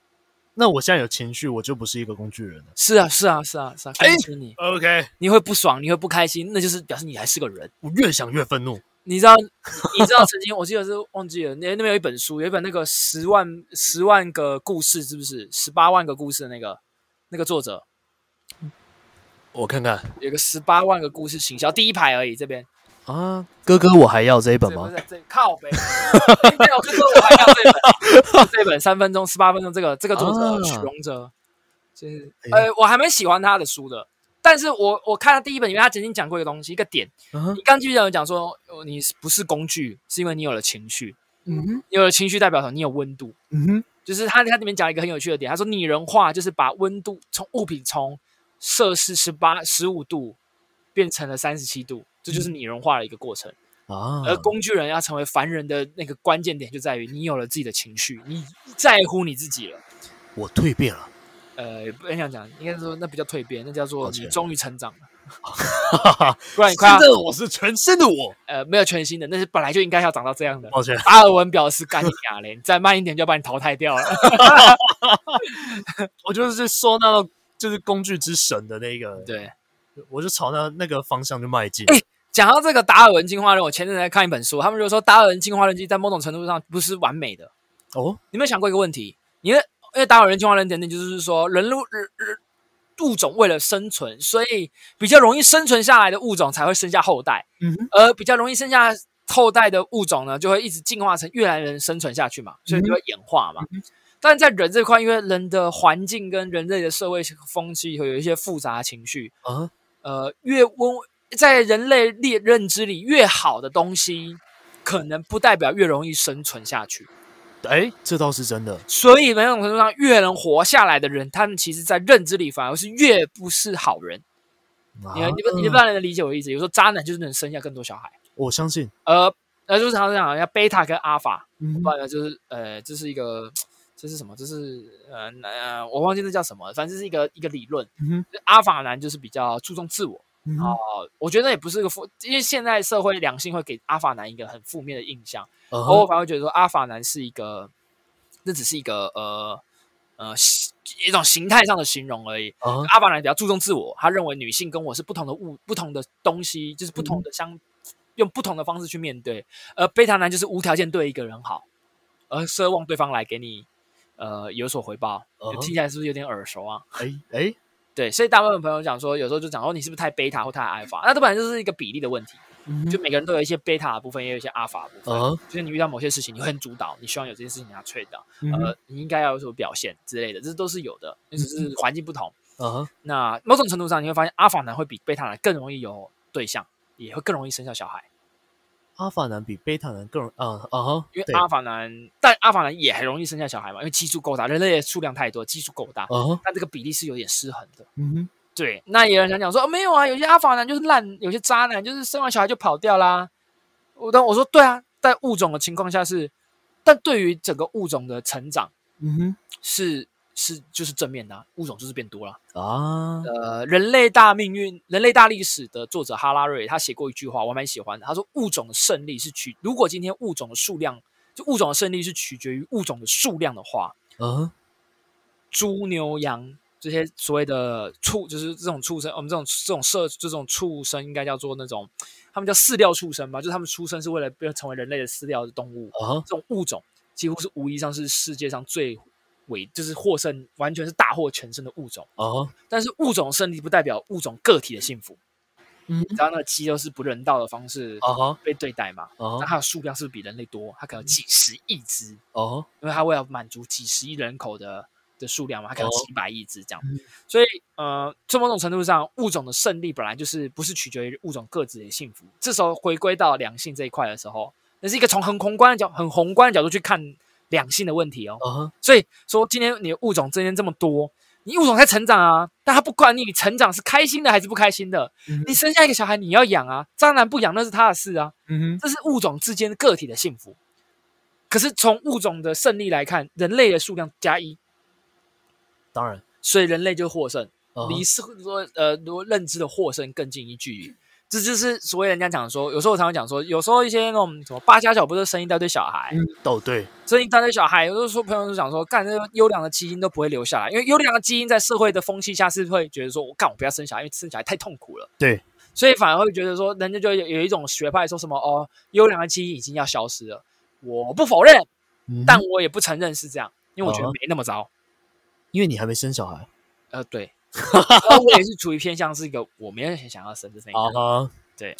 Speaker 2: 那我现在有情绪，我就不是一个工具人了。
Speaker 1: 是啊是啊是啊是啊，
Speaker 2: 哎
Speaker 1: 恭喜你，
Speaker 2: OK，
Speaker 1: 你会不爽，你会不开心，那就是表示你还是个人。
Speaker 2: 我越想越愤怒。
Speaker 1: 你知道，你知道曾经我记得是忘记了，那那边有一本书，有一本那个十万十万个故事，是不是十八万个故事的那个那个作者
Speaker 2: 我看看
Speaker 1: 有个十八万个故事行销，第一排而已，这边
Speaker 2: 啊，哥哥，我还要这一本
Speaker 1: 这不
Speaker 2: 吗？
Speaker 1: 是这靠北，哎没有，这个我还要这本，这本三分钟十八分钟，这个这个作
Speaker 2: 啊
Speaker 1: 者许荣哲，就是
Speaker 2: 哎
Speaker 1: 呃，我还蛮喜欢他的书的。但是我我看他第一本，因为他曾经讲过一个东西，一个点。
Speaker 2: 嗯哼
Speaker 1: 你刚记者讲说，呃你不是工具，是因为你有了情绪，
Speaker 2: 嗯哼
Speaker 1: 你有了情绪代表什么？你有温度。
Speaker 2: 嗯哼，
Speaker 1: 就是他他里面讲一个很有趣的点，他说拟人化就是把温度从物品从摄氏十八十五度变成了三十七度，这
Speaker 2: 嗯
Speaker 1: 就是拟人化的一个过程。
Speaker 2: 啊，
Speaker 1: 而工具人要成为凡人的那个关键点就在于你有了自己的情绪，你在乎你自己了。
Speaker 2: 我蜕变 了，
Speaker 1: 呃，不能这样讲，应该说那比较蜕变，那叫做
Speaker 2: 抱歉
Speaker 1: 你终于成长了，
Speaker 2: 哈哈，
Speaker 1: 不然你快要
Speaker 2: 真的我是全新的我。
Speaker 1: 呃没有全新的，那是本来就应该要长到这样的。
Speaker 2: 抱歉，
Speaker 1: 达尔文表示：“干你娘嘞！你再慢一点就要把你淘汰 掉了。
Speaker 2: 我就是收纳到就是工具之神的那”个，
Speaker 1: 对，
Speaker 2: 我就朝那那个方向就迈进。
Speaker 1: 哎讲到这个达尔文进化论，我前阵子在看一本书，他们就说达尔文进化论其实在某种程度上不是完美的。
Speaker 2: 哦，
Speaker 1: 你有没有想过一个问题？因为因为达尔文进化论等等，就是说人物人人物种为了生存，所以比较容易生存下来的物种才会生下后代，
Speaker 2: 嗯哼，
Speaker 1: 而比较容易生下后代的物种呢，就会一直进化成越来越能生存下去嘛，所以就会演化嘛。但在人这块，因为人的环境跟人类的社会风气会有一些复杂的情绪，
Speaker 2: 啊，
Speaker 1: 呃，越温在人类列认知里越好的东西，可能不代表越容易生存下去。
Speaker 2: 哎，这倒是真的。
Speaker 1: 所以某种程度上，越能活下来的人，他们其实在认知里反而是越不是好人。
Speaker 2: 啊嗯
Speaker 1: 你们、你们、你们不知道能理解我的意思？有时候渣男就是能生下更多小孩，
Speaker 2: 我相信
Speaker 1: 呃，那就是常常讲要贝塔跟阿法，
Speaker 2: 嗯
Speaker 1: 不然呢就是呃，这是一个这是什么？这是呃呃，我忘记这叫什么了，反正这是一个一个理论。
Speaker 2: 嗯
Speaker 1: 阿法男就是比较注重自我
Speaker 2: 嗯
Speaker 1: 啊、我觉得那也不是个负，因为现在社会两性会给阿法男一个很负面的印象，
Speaker 2: 嗯
Speaker 1: 偶尔
Speaker 2: 哼
Speaker 1: 反而会觉得说阿法男是一个，那只是一个呃呃形一种形态上的形容而已。
Speaker 2: 嗯哼
Speaker 1: 阿法男比较注重自我，他认为女性跟我是不同的物、不同的东西，就是不
Speaker 2: 嗯
Speaker 1: 同的相、用不同的方式去面对。而贝塔男就是无条件对一个人好，而奢望对方来给你呃有所回报。
Speaker 2: 嗯哼
Speaker 1: 听起来是不是有点耳熟啊？
Speaker 2: 哎哎，
Speaker 1: 对，所以大部分朋友讲说，有时候就讲哦，你是不是太贝塔或太阿尔法？那这本来就是一个比例的问题，
Speaker 2: 嗯哦呃
Speaker 1: 就每个人都有一些贝塔的部分，也有一些阿尔法的部分。
Speaker 2: 哼
Speaker 1: 就是你遇到某些事情，你会很主导，你希望有这件事情给它推导，
Speaker 2: 嗯哼
Speaker 1: 呃，你应该要有所表现之类的，这都是有的，那只是环境不同。
Speaker 2: 嗯哼
Speaker 1: 那某种程度上，你会发现阿法男会比贝塔男更容易有对象，也会更容易生下小孩，
Speaker 2: 阿法男比贝塔男更容啊啊哈，
Speaker 1: 因为
Speaker 2: 对
Speaker 1: 阿法男，但阿法男也很容易生下小孩嘛，因为基数够大，人类的数量太多，基数够大，
Speaker 2: 啊哈
Speaker 1: 但这个比例是有点失衡的。
Speaker 2: 嗯哼
Speaker 1: 对，那也有人想讲说，哦、没有啊，有些阿法男就是烂，有些渣男就是生完小孩就跑掉啦。我但我说对啊，在物种的情况下是，但对于整个物种的成长
Speaker 2: 嗯
Speaker 1: 是是就是正面的啊、物种就是变多了。
Speaker 2: 哼啊
Speaker 1: 呃，人类大命运、人类大历史的作者哈拉瑞，他写过一句话，我还蛮喜欢的。他说：“物种的胜利是取，如果今天物种的数量，就物种的胜利是取决于物种的数量的话，
Speaker 2: 啊哈
Speaker 1: 猪、牛、羊这些所谓的畜，就是这种畜生，我们这种这种社这种畜生，应该叫做那种，他们叫饲料畜生吧，就是他们出生是为了变成为人类的饲料的动物。
Speaker 2: 啊哈
Speaker 1: 这种物种几乎是无疑上是世界上最伟，就是获胜，完全是大获全胜的物种。”
Speaker 2: 啊哈
Speaker 1: 但是物种胜利不代表物种个体的幸福。
Speaker 2: 嗯
Speaker 1: 只要那个鸡肉是不人道的方式
Speaker 2: 啊哈
Speaker 1: 被对待嘛，
Speaker 2: 啊
Speaker 1: 那
Speaker 2: 哈
Speaker 1: 它的数量是不是比人类多？它可能有几十亿只，
Speaker 2: 啊哈
Speaker 1: 因为它为了满足几十亿人口的的数量嘛，它可能有
Speaker 2: 哦
Speaker 1: 几百亿只这样
Speaker 2: 嗯。
Speaker 1: 所以呃，从某种程度上，物种的胜利本来就是不是取决于物种个体的幸福。这时候回归到两性这一块的时候，那是一个从很宏观的角、很宏观的角度去看两性的问题哦。
Speaker 2: 啊哈
Speaker 1: 所以说，今天你的物种之间这么多，你物种在成长啊，但他不管你成长是开心的还是不开心的，
Speaker 2: 嗯
Speaker 1: 你生下一个小孩你要养啊，渣男不养那是他的事啊，
Speaker 2: 嗯哼
Speaker 1: 这是物种之间个体的幸福。可是从物种的胜利来看，人类的数量加一，
Speaker 2: 当然
Speaker 1: 所以人类就获胜，
Speaker 2: 啊哈
Speaker 1: 离是说呃如认知的获胜更近一距离。这就是所谓人家讲说，有时候我常常讲说，有时候一些那种什么八家小不是生一大堆小孩，
Speaker 2: 嗯哦对
Speaker 1: 所以一大堆小孩，有的时候朋友就讲说，干这个优良的基因都不会留下来，因为优良的基因在社会的风气下是会觉得说，我干我不要生小孩，因为生小孩太痛苦了。
Speaker 2: 对，
Speaker 1: 所以反而会觉得说，人家就有有一种学派说什么哦，优良的基因已经要消失了。我不否认，
Speaker 2: 嗯哼
Speaker 1: 但我也不承认是这样，因为我觉得
Speaker 2: 哦
Speaker 1: 没那么糟。
Speaker 2: 因为你还没生小孩
Speaker 1: 呃， 对，然后我也是处于偏向是一个我没有很想要生的那一个，
Speaker 2: 啊哈
Speaker 1: 对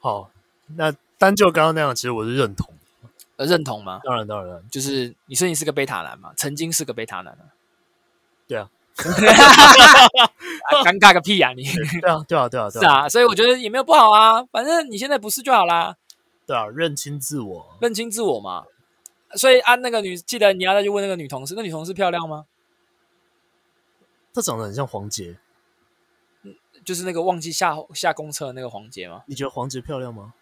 Speaker 2: 好那单就刚刚那样其实我是认同
Speaker 1: 呃，认同吗？
Speaker 2: 当然当然
Speaker 1: 就是你说你是个贝塔男嘛，曾经是个贝塔男啊。
Speaker 2: 对啊
Speaker 1: 啊尴尬个屁呀、你！
Speaker 2: 对啊对啊对啊
Speaker 1: 是
Speaker 2: 对啊
Speaker 1: 啊，所以我觉得也没有不好啊，反正你现在不是就好啦，
Speaker 2: 对啊认清自我
Speaker 1: 认清自我嘛。所以啊，那个女，记得你要再去问那个女同事，那女同事漂亮吗？
Speaker 2: 她长得很像黄杰
Speaker 1: 就是那个忘记下下公车的那个黄杰吗？
Speaker 2: 你觉得黄杰漂亮吗？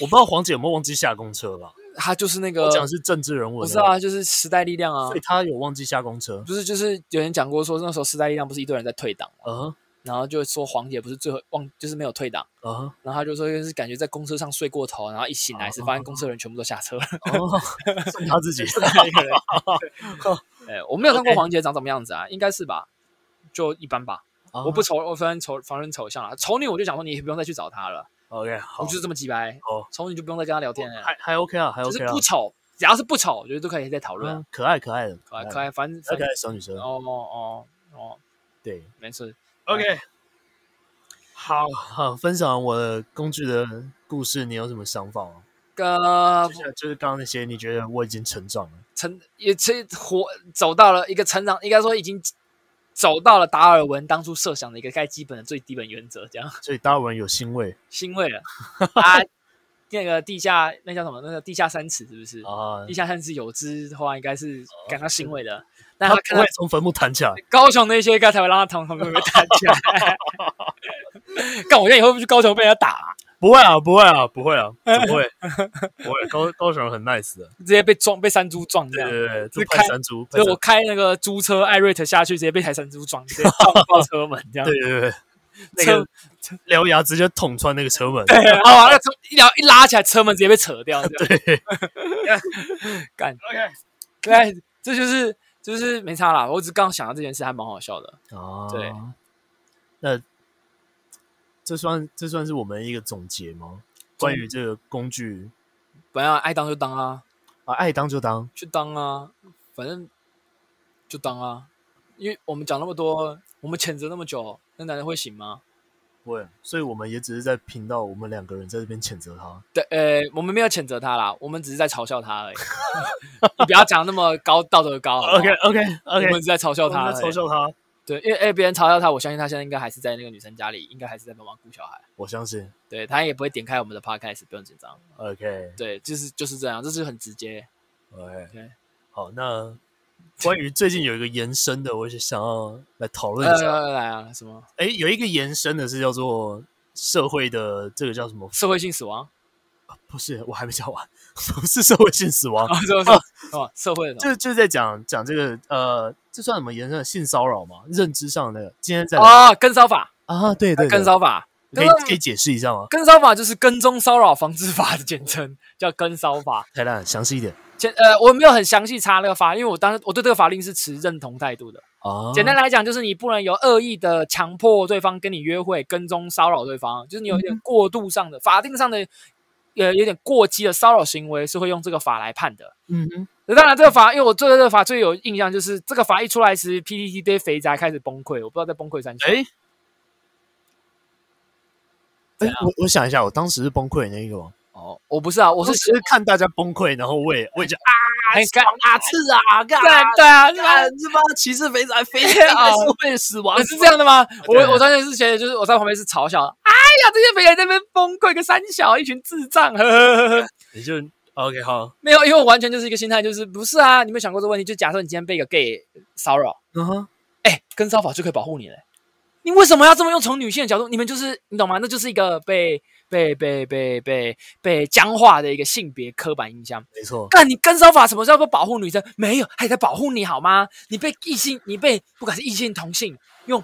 Speaker 2: 我不知道黄姐有没有忘记下公车吧？
Speaker 1: 她就是那个
Speaker 2: 我，讲的是政治人物，
Speaker 1: 呃我知道，啊，就是时代力量啊
Speaker 2: 所以，她有忘记下公车。
Speaker 1: 不是就是有人讲过说那时候时代力量不是一堆人在退党嘛，
Speaker 2: 嗯
Speaker 1: 然后就说黄杰不是最后忘就是没有退党，
Speaker 2: 嗯，
Speaker 1: 然后他就说就是感觉在公车上睡过头，然后一醒来是发现公车人全部都下 车了。
Speaker 2: 哦，送他 自己。
Speaker 1: 一个人。哎，我没有看过
Speaker 2: OK
Speaker 1: 黄杰长什么样子啊，应该是吧，就一般吧。
Speaker 2: 哦
Speaker 1: 我
Speaker 2: 嗯
Speaker 1: 不丑，我分丑防人丑相了。丑女我就想说，你也不用再去找她了，
Speaker 2: OK，
Speaker 1: 我
Speaker 2: 好
Speaker 1: 就，是这么几白
Speaker 2: 好。
Speaker 1: 丑女就不用再跟她聊天了，
Speaker 2: 还还 OK 啊，还
Speaker 1: 只
Speaker 2: OK
Speaker 1: 是
Speaker 2: 啊
Speaker 1: 不，丑，只要是不丑，我觉得都可以再讨论啊
Speaker 2: 嗯。可爱可爱的，
Speaker 1: 可爱可爱，反正
Speaker 2: 可
Speaker 1: 反
Speaker 2: 爱可
Speaker 1: 正
Speaker 2: 爱的小女生。
Speaker 1: 哦哦哦哦，
Speaker 2: 对
Speaker 1: 没事。
Speaker 2: ，OK，好好，分享我的工具的故事，你有什么想法吗？
Speaker 1: 呃
Speaker 2: 就，是就是刚刚那些，你觉得我已经成长了？
Speaker 1: 成也这活走到了一个成长，应该说已经走到了达尔文当初设想的一个该基本的最基本原则，这样。
Speaker 2: 所以达尔文有欣慰
Speaker 1: 欣慰了啊！那个地下那叫什么？那个地下三尺是不是？
Speaker 2: 啊
Speaker 1: 地，下三尺有知的话，应该是感到欣慰的。但
Speaker 2: 哦他
Speaker 1: 他看
Speaker 2: 不会
Speaker 1: 到
Speaker 2: 从坟墓弹起来。
Speaker 1: 高雄那些，应该 才会让他从旁边被弹起来。干，我现在以后不去高雄被人家打啊、
Speaker 2: 不会啊，不会啊，不会啊，不 会，不会。高高雄人很 nice 的，
Speaker 1: 直接被撞，被山猪撞这
Speaker 2: 对
Speaker 1: 样。
Speaker 2: 对对，就是派
Speaker 1: 啊开
Speaker 2: 山猪，派
Speaker 1: 所以
Speaker 2: 山
Speaker 1: 我开那个租车艾瑞特下去，直接被台山猪撞， 直接撞爆车门这样。
Speaker 2: 对对对，那个獠牙直接捅穿那个车门，
Speaker 1: 对，然后啊把那个车一拉一拉起来，车门直接被扯掉。 对，干对，这就是就是没差啦。我只刚想到这件事，还蛮好笑的。
Speaker 2: 哦，
Speaker 1: 对，
Speaker 2: 那这算这算是我们一个总结吗？关于这个工具
Speaker 1: 本来爱当就当啊，
Speaker 2: 啊，爱当就当，
Speaker 1: 去当啊，反正就当啊。因为我们讲那么多，我们谴责那么久，那男人会醒吗？
Speaker 2: 不会，所以我们也只是在频道，我们两个人在这边谴责他。
Speaker 1: 对，呃，我们没有谴责他啦，我们只是在嘲笑他而已。 你不要讲那么高道德高好不好
Speaker 2: OK
Speaker 1: 我
Speaker 2: OK，
Speaker 1: 们只是在嘲笑
Speaker 2: 我
Speaker 1: 他而
Speaker 2: 们
Speaker 1: 已，
Speaker 2: 在嘲笑他，
Speaker 1: 对，因为哎，别人嘲笑他，我相信他现在应该还是在那个女生家里，应该还是在帮忙顾小孩。
Speaker 2: 我相信。
Speaker 1: 对他也不会点开我们的 podcast，不用紧张。
Speaker 2: OK
Speaker 1: 对，就是就是这样，这是很直接。
Speaker 2: OK，
Speaker 1: 对
Speaker 2: 好，那关于最近有一个延伸的，我是想要来讨论一
Speaker 1: 来
Speaker 2: 下。
Speaker 1: 来来啊，什么
Speaker 2: 哎，有一个延伸的是叫做社会的这个叫什么？
Speaker 1: 社会性死亡？
Speaker 2: 不是，我还没讲完， 不是社会性死亡，
Speaker 1: 啊，什么什么什么社会的什么？
Speaker 2: 哦就就是在讲讲这个呃，这算什么延伸的性骚扰吗？认知上的，今天在聊
Speaker 1: 啊，跟骚法，
Speaker 2: 啊，对对，对
Speaker 1: 跟，骚法，
Speaker 2: 可以
Speaker 1: 跟骚
Speaker 2: 可以解释一下吗？
Speaker 1: 跟骚法就是跟踪骚扰防治法的简称，叫跟骚法。
Speaker 2: 太烂了，详细一点
Speaker 1: 简呃，我没有很详细查那个法，因为我当时我对这个法令是持认同态度的。
Speaker 2: 啊，
Speaker 1: 简单来讲，就是你不能有恶意的强迫对方跟你约会、跟踪骚扰对方，就是你有一点过度上的、法定上的，呃，有点过激的骚扰行为，是会用这个法来判的。
Speaker 2: 嗯哼，
Speaker 1: 那当然，这个法，因为我对这个法最有印象，就是这个法一出来时，PTT 对肥宅开始崩溃，我不知道在崩溃三小。
Speaker 2: 哎。哎
Speaker 1: 怎样，
Speaker 2: 我我想一下，我当时是崩溃的那一个吗？
Speaker 1: 哦，我不是啊，我
Speaker 2: 我
Speaker 1: 是
Speaker 2: 是其实看大家崩溃，然后我也我也就啊，
Speaker 1: 很干
Speaker 2: 哪次啊，干
Speaker 1: 对对啊，是吧
Speaker 2: 干这帮歧视肥 宅非
Speaker 1: 啊
Speaker 2: 是会死亡
Speaker 1: 我，是这样的吗？我
Speaker 2: 对
Speaker 1: 我当时是觉得，就是我在旁边是嘲笑，哎呀，这些肥宅在那边崩溃个三小，一群智障，呵呵呵呵。
Speaker 2: 你就 OK 好，
Speaker 1: 没有，因为我完全就是一个心态，就是不是啊？你有没有想过这个问题？就假设你今天被一个 gay 骚扰，
Speaker 2: 嗯哼，
Speaker 1: 哎，跟骚法就可以保护你嘞。你为什么要这么用从女性的角度？你们就是你懂吗？那就是一个被被被被被被僵化的一个性别刻板印象。
Speaker 2: 没错，
Speaker 1: 但你跟骚法什么时候不保护女生？没有，还在保护你好吗？你被异性，你被不管是异性同性用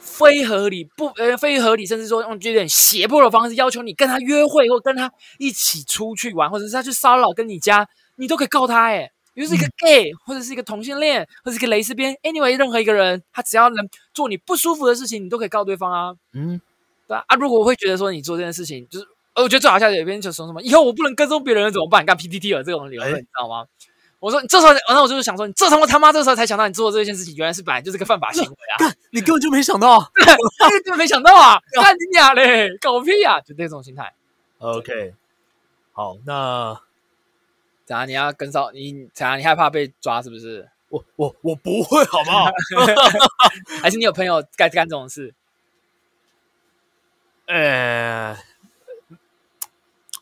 Speaker 1: 非合理不呃非合理，甚至说用有点胁迫的方式要求你跟他约会，或跟他一起出去玩，或者是他去骚扰跟你家，你都可以告他哎、欸。比如是一个 gay，、或者是一个同性恋，或者是一个蕾丝边，anyway，任何一个人，他只要能做你不舒服的事情，你都可以告对方啊。
Speaker 2: 嗯，
Speaker 1: 对啊，啊如果我会觉得说你做这件事情，就是呃，我觉得最好笑的有别人就说什么，以后我不能跟踪别人了怎么办？干 PTT 有这种理论，
Speaker 2: 哎
Speaker 1: 你知道吗？我说你这时候，然后我就是想说，你这时候他妈这时候才想到你做的这件事情，原来是本来就是个犯法行为啊！
Speaker 2: 你根本就没想到
Speaker 1: 哎根本没想到啊，干你俩嘞，狗屁啊！就这种心态。
Speaker 2: ，OK，好，那
Speaker 1: 怎样？你要跟骚？你怎样？你害怕被抓是不是？
Speaker 2: 我我我不会好不好？
Speaker 1: 还是你有朋友干干这种事？
Speaker 2: 呃，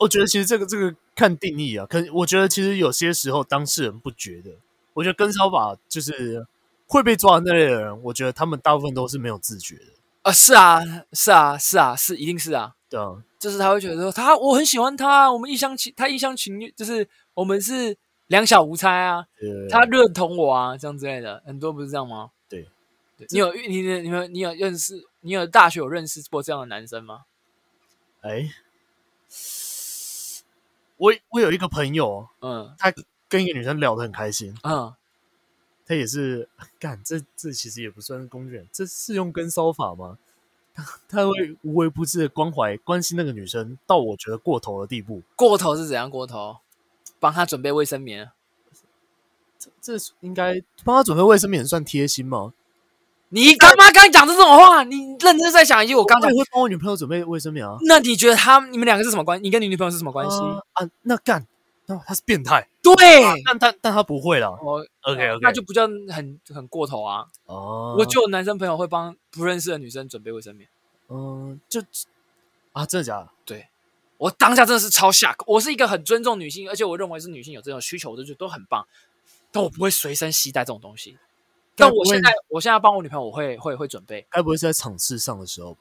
Speaker 2: 我觉得其实这个这个看定义啊，可我觉得其实有些时候当事人不觉得，我觉得跟骚法就是会被抓的那类的人，我觉得他们大部分都是没有自觉的，
Speaker 1: 啊，是啊，是啊，是啊，是一定是啊。
Speaker 2: 对啊，
Speaker 1: 就是他会觉得说他我很喜欢他，我们一厢情他一厢情愿，就是我们是两小无猜啊，
Speaker 2: 呃
Speaker 1: 他认同我啊，这样之类的，很多不是这样吗？
Speaker 2: 对
Speaker 1: 对，你有你你你有你有认识，你有大学有认识过这样的男生吗？
Speaker 2: 哎，我我有一个朋友，
Speaker 1: 嗯
Speaker 2: 他跟一个女生聊得很开心，
Speaker 1: 嗯，
Speaker 2: 他也是干这这其实也不算是工具人，这是用跟骚法吗？ 他他会无微不至的关怀关心那个女生，到我觉得过头的地步。
Speaker 1: 过头是怎样过头？帮他准备卫生棉，
Speaker 2: 这这是应该帮他准备卫生棉算贴心吗？
Speaker 1: 你他妈刚才讲这种话，你认真再想一句，我刚才
Speaker 2: 我。也会帮我女朋友准备卫生棉啊。
Speaker 1: 那你觉得他你们两个是什么关系？你跟你女朋友是什么关系？哎
Speaker 2: 啊啊，那干，那他是变态，啊
Speaker 1: 对，
Speaker 2: 但但但他不会啦。
Speaker 1: 我
Speaker 2: OK OK，
Speaker 1: 那就不叫很很过头啊。
Speaker 2: 哦，
Speaker 1: 我就有男生朋友会帮不认识的女生准备卫生棉，
Speaker 2: 嗯就啊，真的假的？
Speaker 1: 我当下真的是超吓。我是一个很尊重女性，而且我认为是女性有这种需求，我就觉得都很棒。但我不会随身携带这种东西。但我现在，我现在帮我女朋友，我会会会准备。
Speaker 2: 该不会是在场次上的时候吧？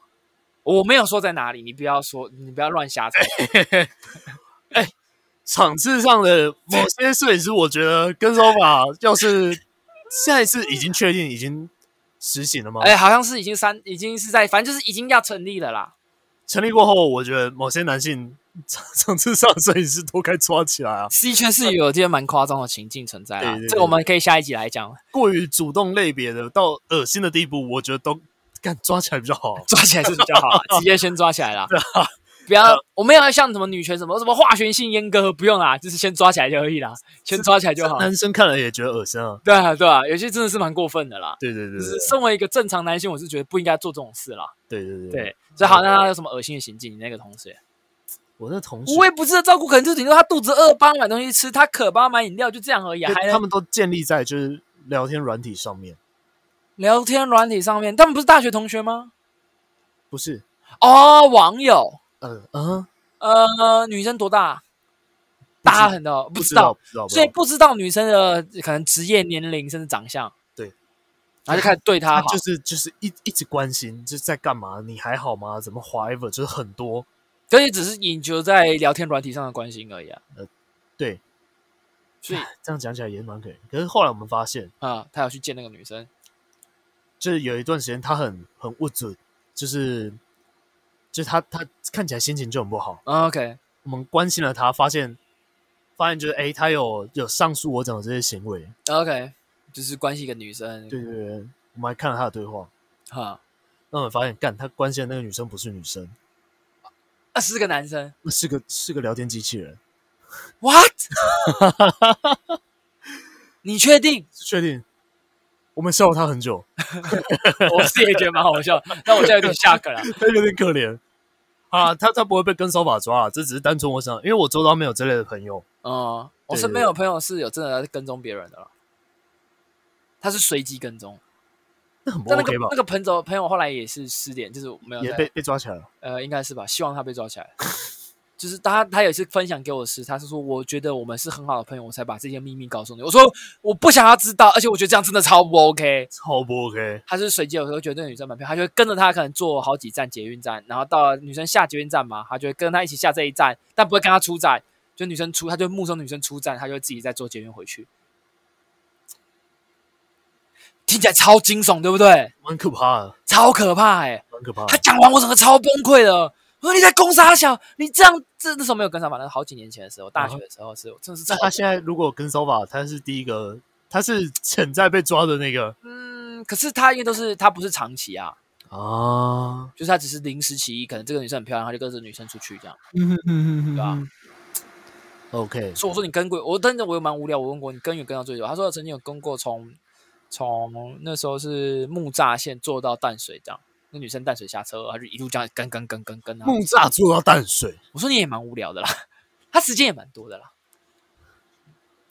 Speaker 1: 我没有说在哪里，你不要说，你不要乱瞎猜。
Speaker 2: 场次上的某些摄影师，我觉得跟 Sofa 要是下一次已经确定已经实行了吗？
Speaker 1: 哎、好像是已经三，已经是在，反正就是已经要成立了啦。
Speaker 2: 成立过后，我觉得某些男性场场次上的摄影师都该抓起来啊！
Speaker 1: 的确是有这些蛮夸张的情境存在啦，
Speaker 2: 对对对
Speaker 1: 这个我们可以下一集来讲，
Speaker 2: 过于主动类别的到恶心的地步，我觉得都干抓起来比较好。
Speaker 1: 抓起来是比较 好啦，直接先抓起来啦。
Speaker 2: 啊
Speaker 1: 不
Speaker 2: 嗯
Speaker 1: 要，我们要像什么女权什么什么化学性阉割，不用啦，就是先抓起来就可以啦，先抓起来就好。
Speaker 2: 男生看了也觉得恶心啊！
Speaker 1: 对啊，对啊，有些真的是蛮过分的啦。
Speaker 2: 对对对
Speaker 1: 就
Speaker 2: 对
Speaker 1: 是身为一个正常男性，我是觉得不应该做这种事啦。
Speaker 2: 对对
Speaker 1: 对，所以好，那他有什么恶心的行径？你那个同学，
Speaker 2: 我那同学
Speaker 1: 无微不至的照顾，可能就顶多他肚子饿，帮他买东西吃，他渴帮他买饮料，就这样而已啊、
Speaker 2: 对
Speaker 1: 还
Speaker 2: 他
Speaker 1: 能
Speaker 2: 们都建立在就是聊天软体上面，
Speaker 1: 聊天软体上面，他们不是大学同学吗？
Speaker 2: 不是？
Speaker 1: 哦，网友，
Speaker 2: 呃啊，
Speaker 1: 呃，女生多大？
Speaker 2: 不知
Speaker 1: 大很多，
Speaker 2: 不
Speaker 1: 知
Speaker 2: 道
Speaker 1: 道，
Speaker 2: 不知道，不知
Speaker 1: 所以
Speaker 2: 道。
Speaker 1: 不知道女生的可能职业、年龄甚至长相。
Speaker 2: 对，
Speaker 1: 然后就开始对她
Speaker 2: 他
Speaker 1: 好，
Speaker 2: 就是就是一一直关心，就是在干嘛？你还好吗？怎么 whatever？就是很多
Speaker 1: 所以只是引咎在聊天软体上的关心而已啊。
Speaker 2: 呃对，
Speaker 1: 所以
Speaker 2: 这样讲起来也蛮可怜。可是后来我们发现，
Speaker 1: 啊、他要去见那个女生，
Speaker 2: 就是有一段时间他很很不准，就是就是他他看起来心情就很不好。
Speaker 1: 嗯，OK，
Speaker 2: 我们关心了他，发现发现就是哎、诶他有有上述我讲的这些行为。
Speaker 1: OK，就是关系一个女生，
Speaker 2: 对对对，我们还看了他的对话，
Speaker 1: 哈，
Speaker 2: 那我们发现干他关心的那个女生不是女生，
Speaker 1: 那啊是个男生
Speaker 2: 那是个是个聊天机器人。
Speaker 1: ，what？你确 定？
Speaker 2: 确定？我们笑他很久，
Speaker 1: 我是也觉得蛮好笑，但我现在有点下啊课 了。
Speaker 2: 他有点可怜啊。他他不会被跟骚法抓啊，这只是单纯我想，因为我周遭没有这类的朋友。
Speaker 1: 嗯，我
Speaker 2: 对
Speaker 1: 身边有朋友是有真的在跟踪别人的了，他是随机跟踪。
Speaker 2: 那很不
Speaker 1: 但那个
Speaker 2: OK 吧？
Speaker 1: 那个朋友朋友后来也是失联，就是没有
Speaker 2: 也
Speaker 1: 在
Speaker 2: 被被抓起来了。
Speaker 1: 呃，应该是吧？希望他被抓起来。就是他，他有一次分享给我的是，他是说，我觉得我们是很好的朋友，我才把这些秘密告诉你。我说我不想要知道，而且我觉得这样真的超不 OK。
Speaker 2: 超不 OK，
Speaker 1: 他是随机，有时候觉得那个女生蛮漂亮，他就会跟着她，可能坐好几站捷运站，然后到了女生下捷运站嘛，他就会跟她一起下这一站，但不会跟她出站。就女生出，他就目送女生出站，他就会自己再坐捷运回去。听起来超惊悚，对不对？
Speaker 2: 蛮可怕的，
Speaker 1: 超可怕哎、
Speaker 2: 蛮可怕
Speaker 1: 他
Speaker 2: 的。
Speaker 1: 讲完，我整个超崩溃的。我说你在攻杀小，你这样这那时候没有跟上吧？那是好几年前的时候，大学的时候是，我真的是超
Speaker 2: 那他现在如果跟骚法，他是第一个，他是潜在被抓的那个
Speaker 1: 嗯。可是他因为都是他不是长期啊，
Speaker 2: 啊。
Speaker 1: 就是他只是临时起意，可能这个女生很漂亮，他就跟着女生出去这样。
Speaker 2: 嗯嗯
Speaker 1: 对啊。
Speaker 2: OK，
Speaker 1: 所以我说你跟过，我真的我也蛮无聊，我问过你跟也跟到最久，他说曾经有跟过从从那时候是木栅线坐到淡水这样，那女生淡水下车，他就一路这样跟跟跟跟跟啊。
Speaker 2: 木栅做到淡水，
Speaker 1: 我说你也蛮无聊的啦， 他时间也蛮多的啦。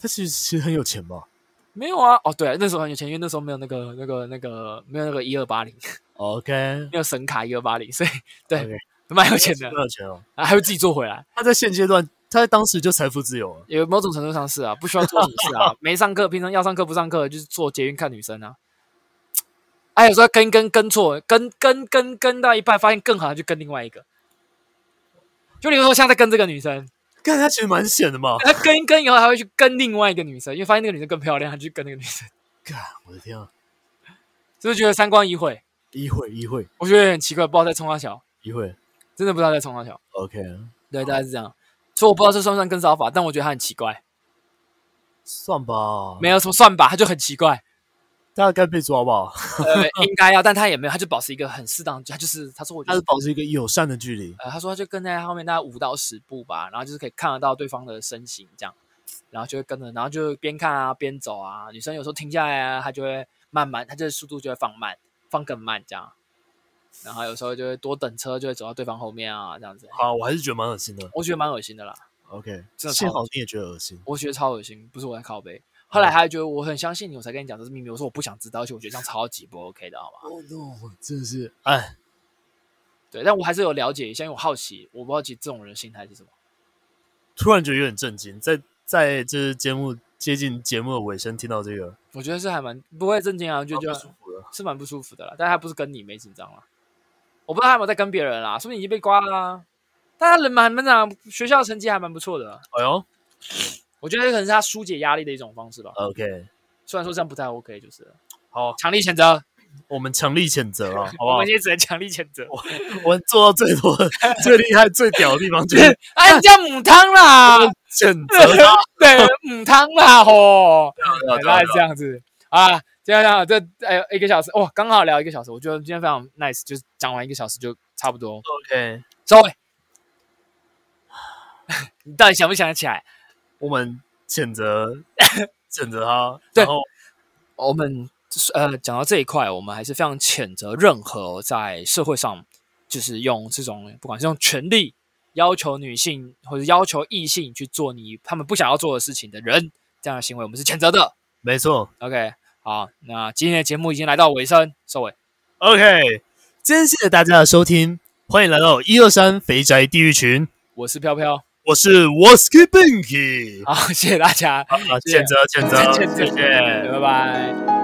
Speaker 2: 他其实其实很有钱吧？
Speaker 1: 没有啊，哦对，那时候很有钱，因为那时候没有那个那个那个没有那个一二八零，
Speaker 2: OK，
Speaker 1: 没有神卡一二八零，所以 对
Speaker 2: OK
Speaker 1: 蛮有钱的
Speaker 2: 很，有钱哦。
Speaker 1: 啊还会自己做回来，
Speaker 2: 他在现阶段，他在当时就财富自由了。
Speaker 1: 有某种程度上是啊，不需要做什么事啊，没上课，平常要上课不上课，就是坐捷运看女生啊。哎、有时候跟跟跟错，跟跟跟跟到一半，发现更好，就跟另外一个。就比如说，像在跟这个女生，
Speaker 2: 看他其实蛮险的嘛。
Speaker 1: 他跟一跟以后，还会去跟另外一个女生，因为发现那个女生更漂亮，他就去跟那个女生，
Speaker 2: 干，我的天啊！
Speaker 1: 是不是觉得三观一毁？
Speaker 2: 一会一会
Speaker 1: 我觉得有点奇怪，不知道在冲他小，
Speaker 2: 一会
Speaker 1: 真的不知道在冲他小。
Speaker 2: ，OK，
Speaker 1: 对，大概是这样。所以我不知道这算不算跟骚法，但我觉得他很奇怪，
Speaker 2: 算吧，
Speaker 1: 没有什么算法，他就很奇怪。
Speaker 2: 大概被抓吧。
Speaker 1: 呃，应该要，但他也没有，他就保持一个很适当的，他就是他说我就
Speaker 2: 他
Speaker 1: 是
Speaker 2: 是保持一个友善的距离，
Speaker 1: 呃，他说他就跟在后面大概五到十步吧，然后就是可以看得到对方的身形这样，然后就会跟着，然后就边看啊边走啊。女生有时候停下来啊，她就会慢慢，她这速度就会放慢，放更慢这样。然后有时候就会多等车，就会走到对方后面啊，这样子，
Speaker 2: 好，我还是觉得蛮恶心的。
Speaker 1: 我觉得蛮恶心的啦。
Speaker 2: OK，
Speaker 1: 真的
Speaker 2: 幸
Speaker 1: 超
Speaker 2: 好你也觉得恶心。
Speaker 1: 我觉得超恶心，不是我在靠背。
Speaker 2: 哦
Speaker 1: 后来他还觉得我很相信你，我才跟你讲这是秘密。我说我不想知道，而且我觉得这样超级不 OK 的，好吗？
Speaker 2: Oh no，真的是，哎，
Speaker 1: 对，但我还是有了解一下，因为我好奇，我不好奇这种人的心态是什么。
Speaker 2: 突然觉得有点震惊，在在这节目接近节目的尾声，听到这个，
Speaker 1: 我觉得是还蛮不会震惊啊，就觉
Speaker 2: 蛮
Speaker 1: 得
Speaker 2: 不舒服的。
Speaker 1: 是蛮不舒服的啦。但他不是跟你没紧张啦，啊我不知道他有没有在跟别人啦，说不定已经被刮啦、但他人蛮蛮长，学校成绩还蛮不错的，啊
Speaker 2: 哎呦
Speaker 1: 我觉得这可能是他疏解压力的一种方式吧。
Speaker 2: ，OK，
Speaker 1: 虽然说这样不太 OK，就是了
Speaker 2: 好，
Speaker 1: 强力谴责，
Speaker 2: 我们强力谴责了，好不
Speaker 1: 我
Speaker 2: 好
Speaker 1: 们？也只能强力谴责。
Speaker 2: 我们做到最多、最厉害、最屌的地 方就是
Speaker 1: 哎，你叫母汤啦，
Speaker 2: 谴 责他。
Speaker 1: 对，母汤啦吼，哎
Speaker 2: 对啊
Speaker 1: 大
Speaker 2: 对啊
Speaker 1: 概是这
Speaker 2: 对啊
Speaker 1: 样子啊。今天这样，这哎呦一个小时，哇，刚好聊一个小时，我觉得今天非常 nice，就是讲完一个小时就差不多。
Speaker 2: OK，
Speaker 1: 收尾， 你到底想不想得起来？
Speaker 2: 我们谴责谴责他，
Speaker 1: 对
Speaker 2: 然后
Speaker 1: 我们呃讲到这一块，我们还是非常谴责任何在社会上就是用这种不管是用权力要求女性或者要求异性去做你他们不想要做的事情的人，这样的行为我们是谴责的。
Speaker 2: 没错
Speaker 1: OK，好，那今天的节目已经来到尾声，收尾。
Speaker 2: ，OK，今天谢谢大家的收听，欢迎来到一二三肥宅地狱群，
Speaker 1: 我是飘飘，
Speaker 2: 我是 Wasky Binky，
Speaker 1: 好，谢谢大家，
Speaker 2: 啊，谴责谴责，
Speaker 1: 再见
Speaker 2: 谢谢。
Speaker 1: 拜拜。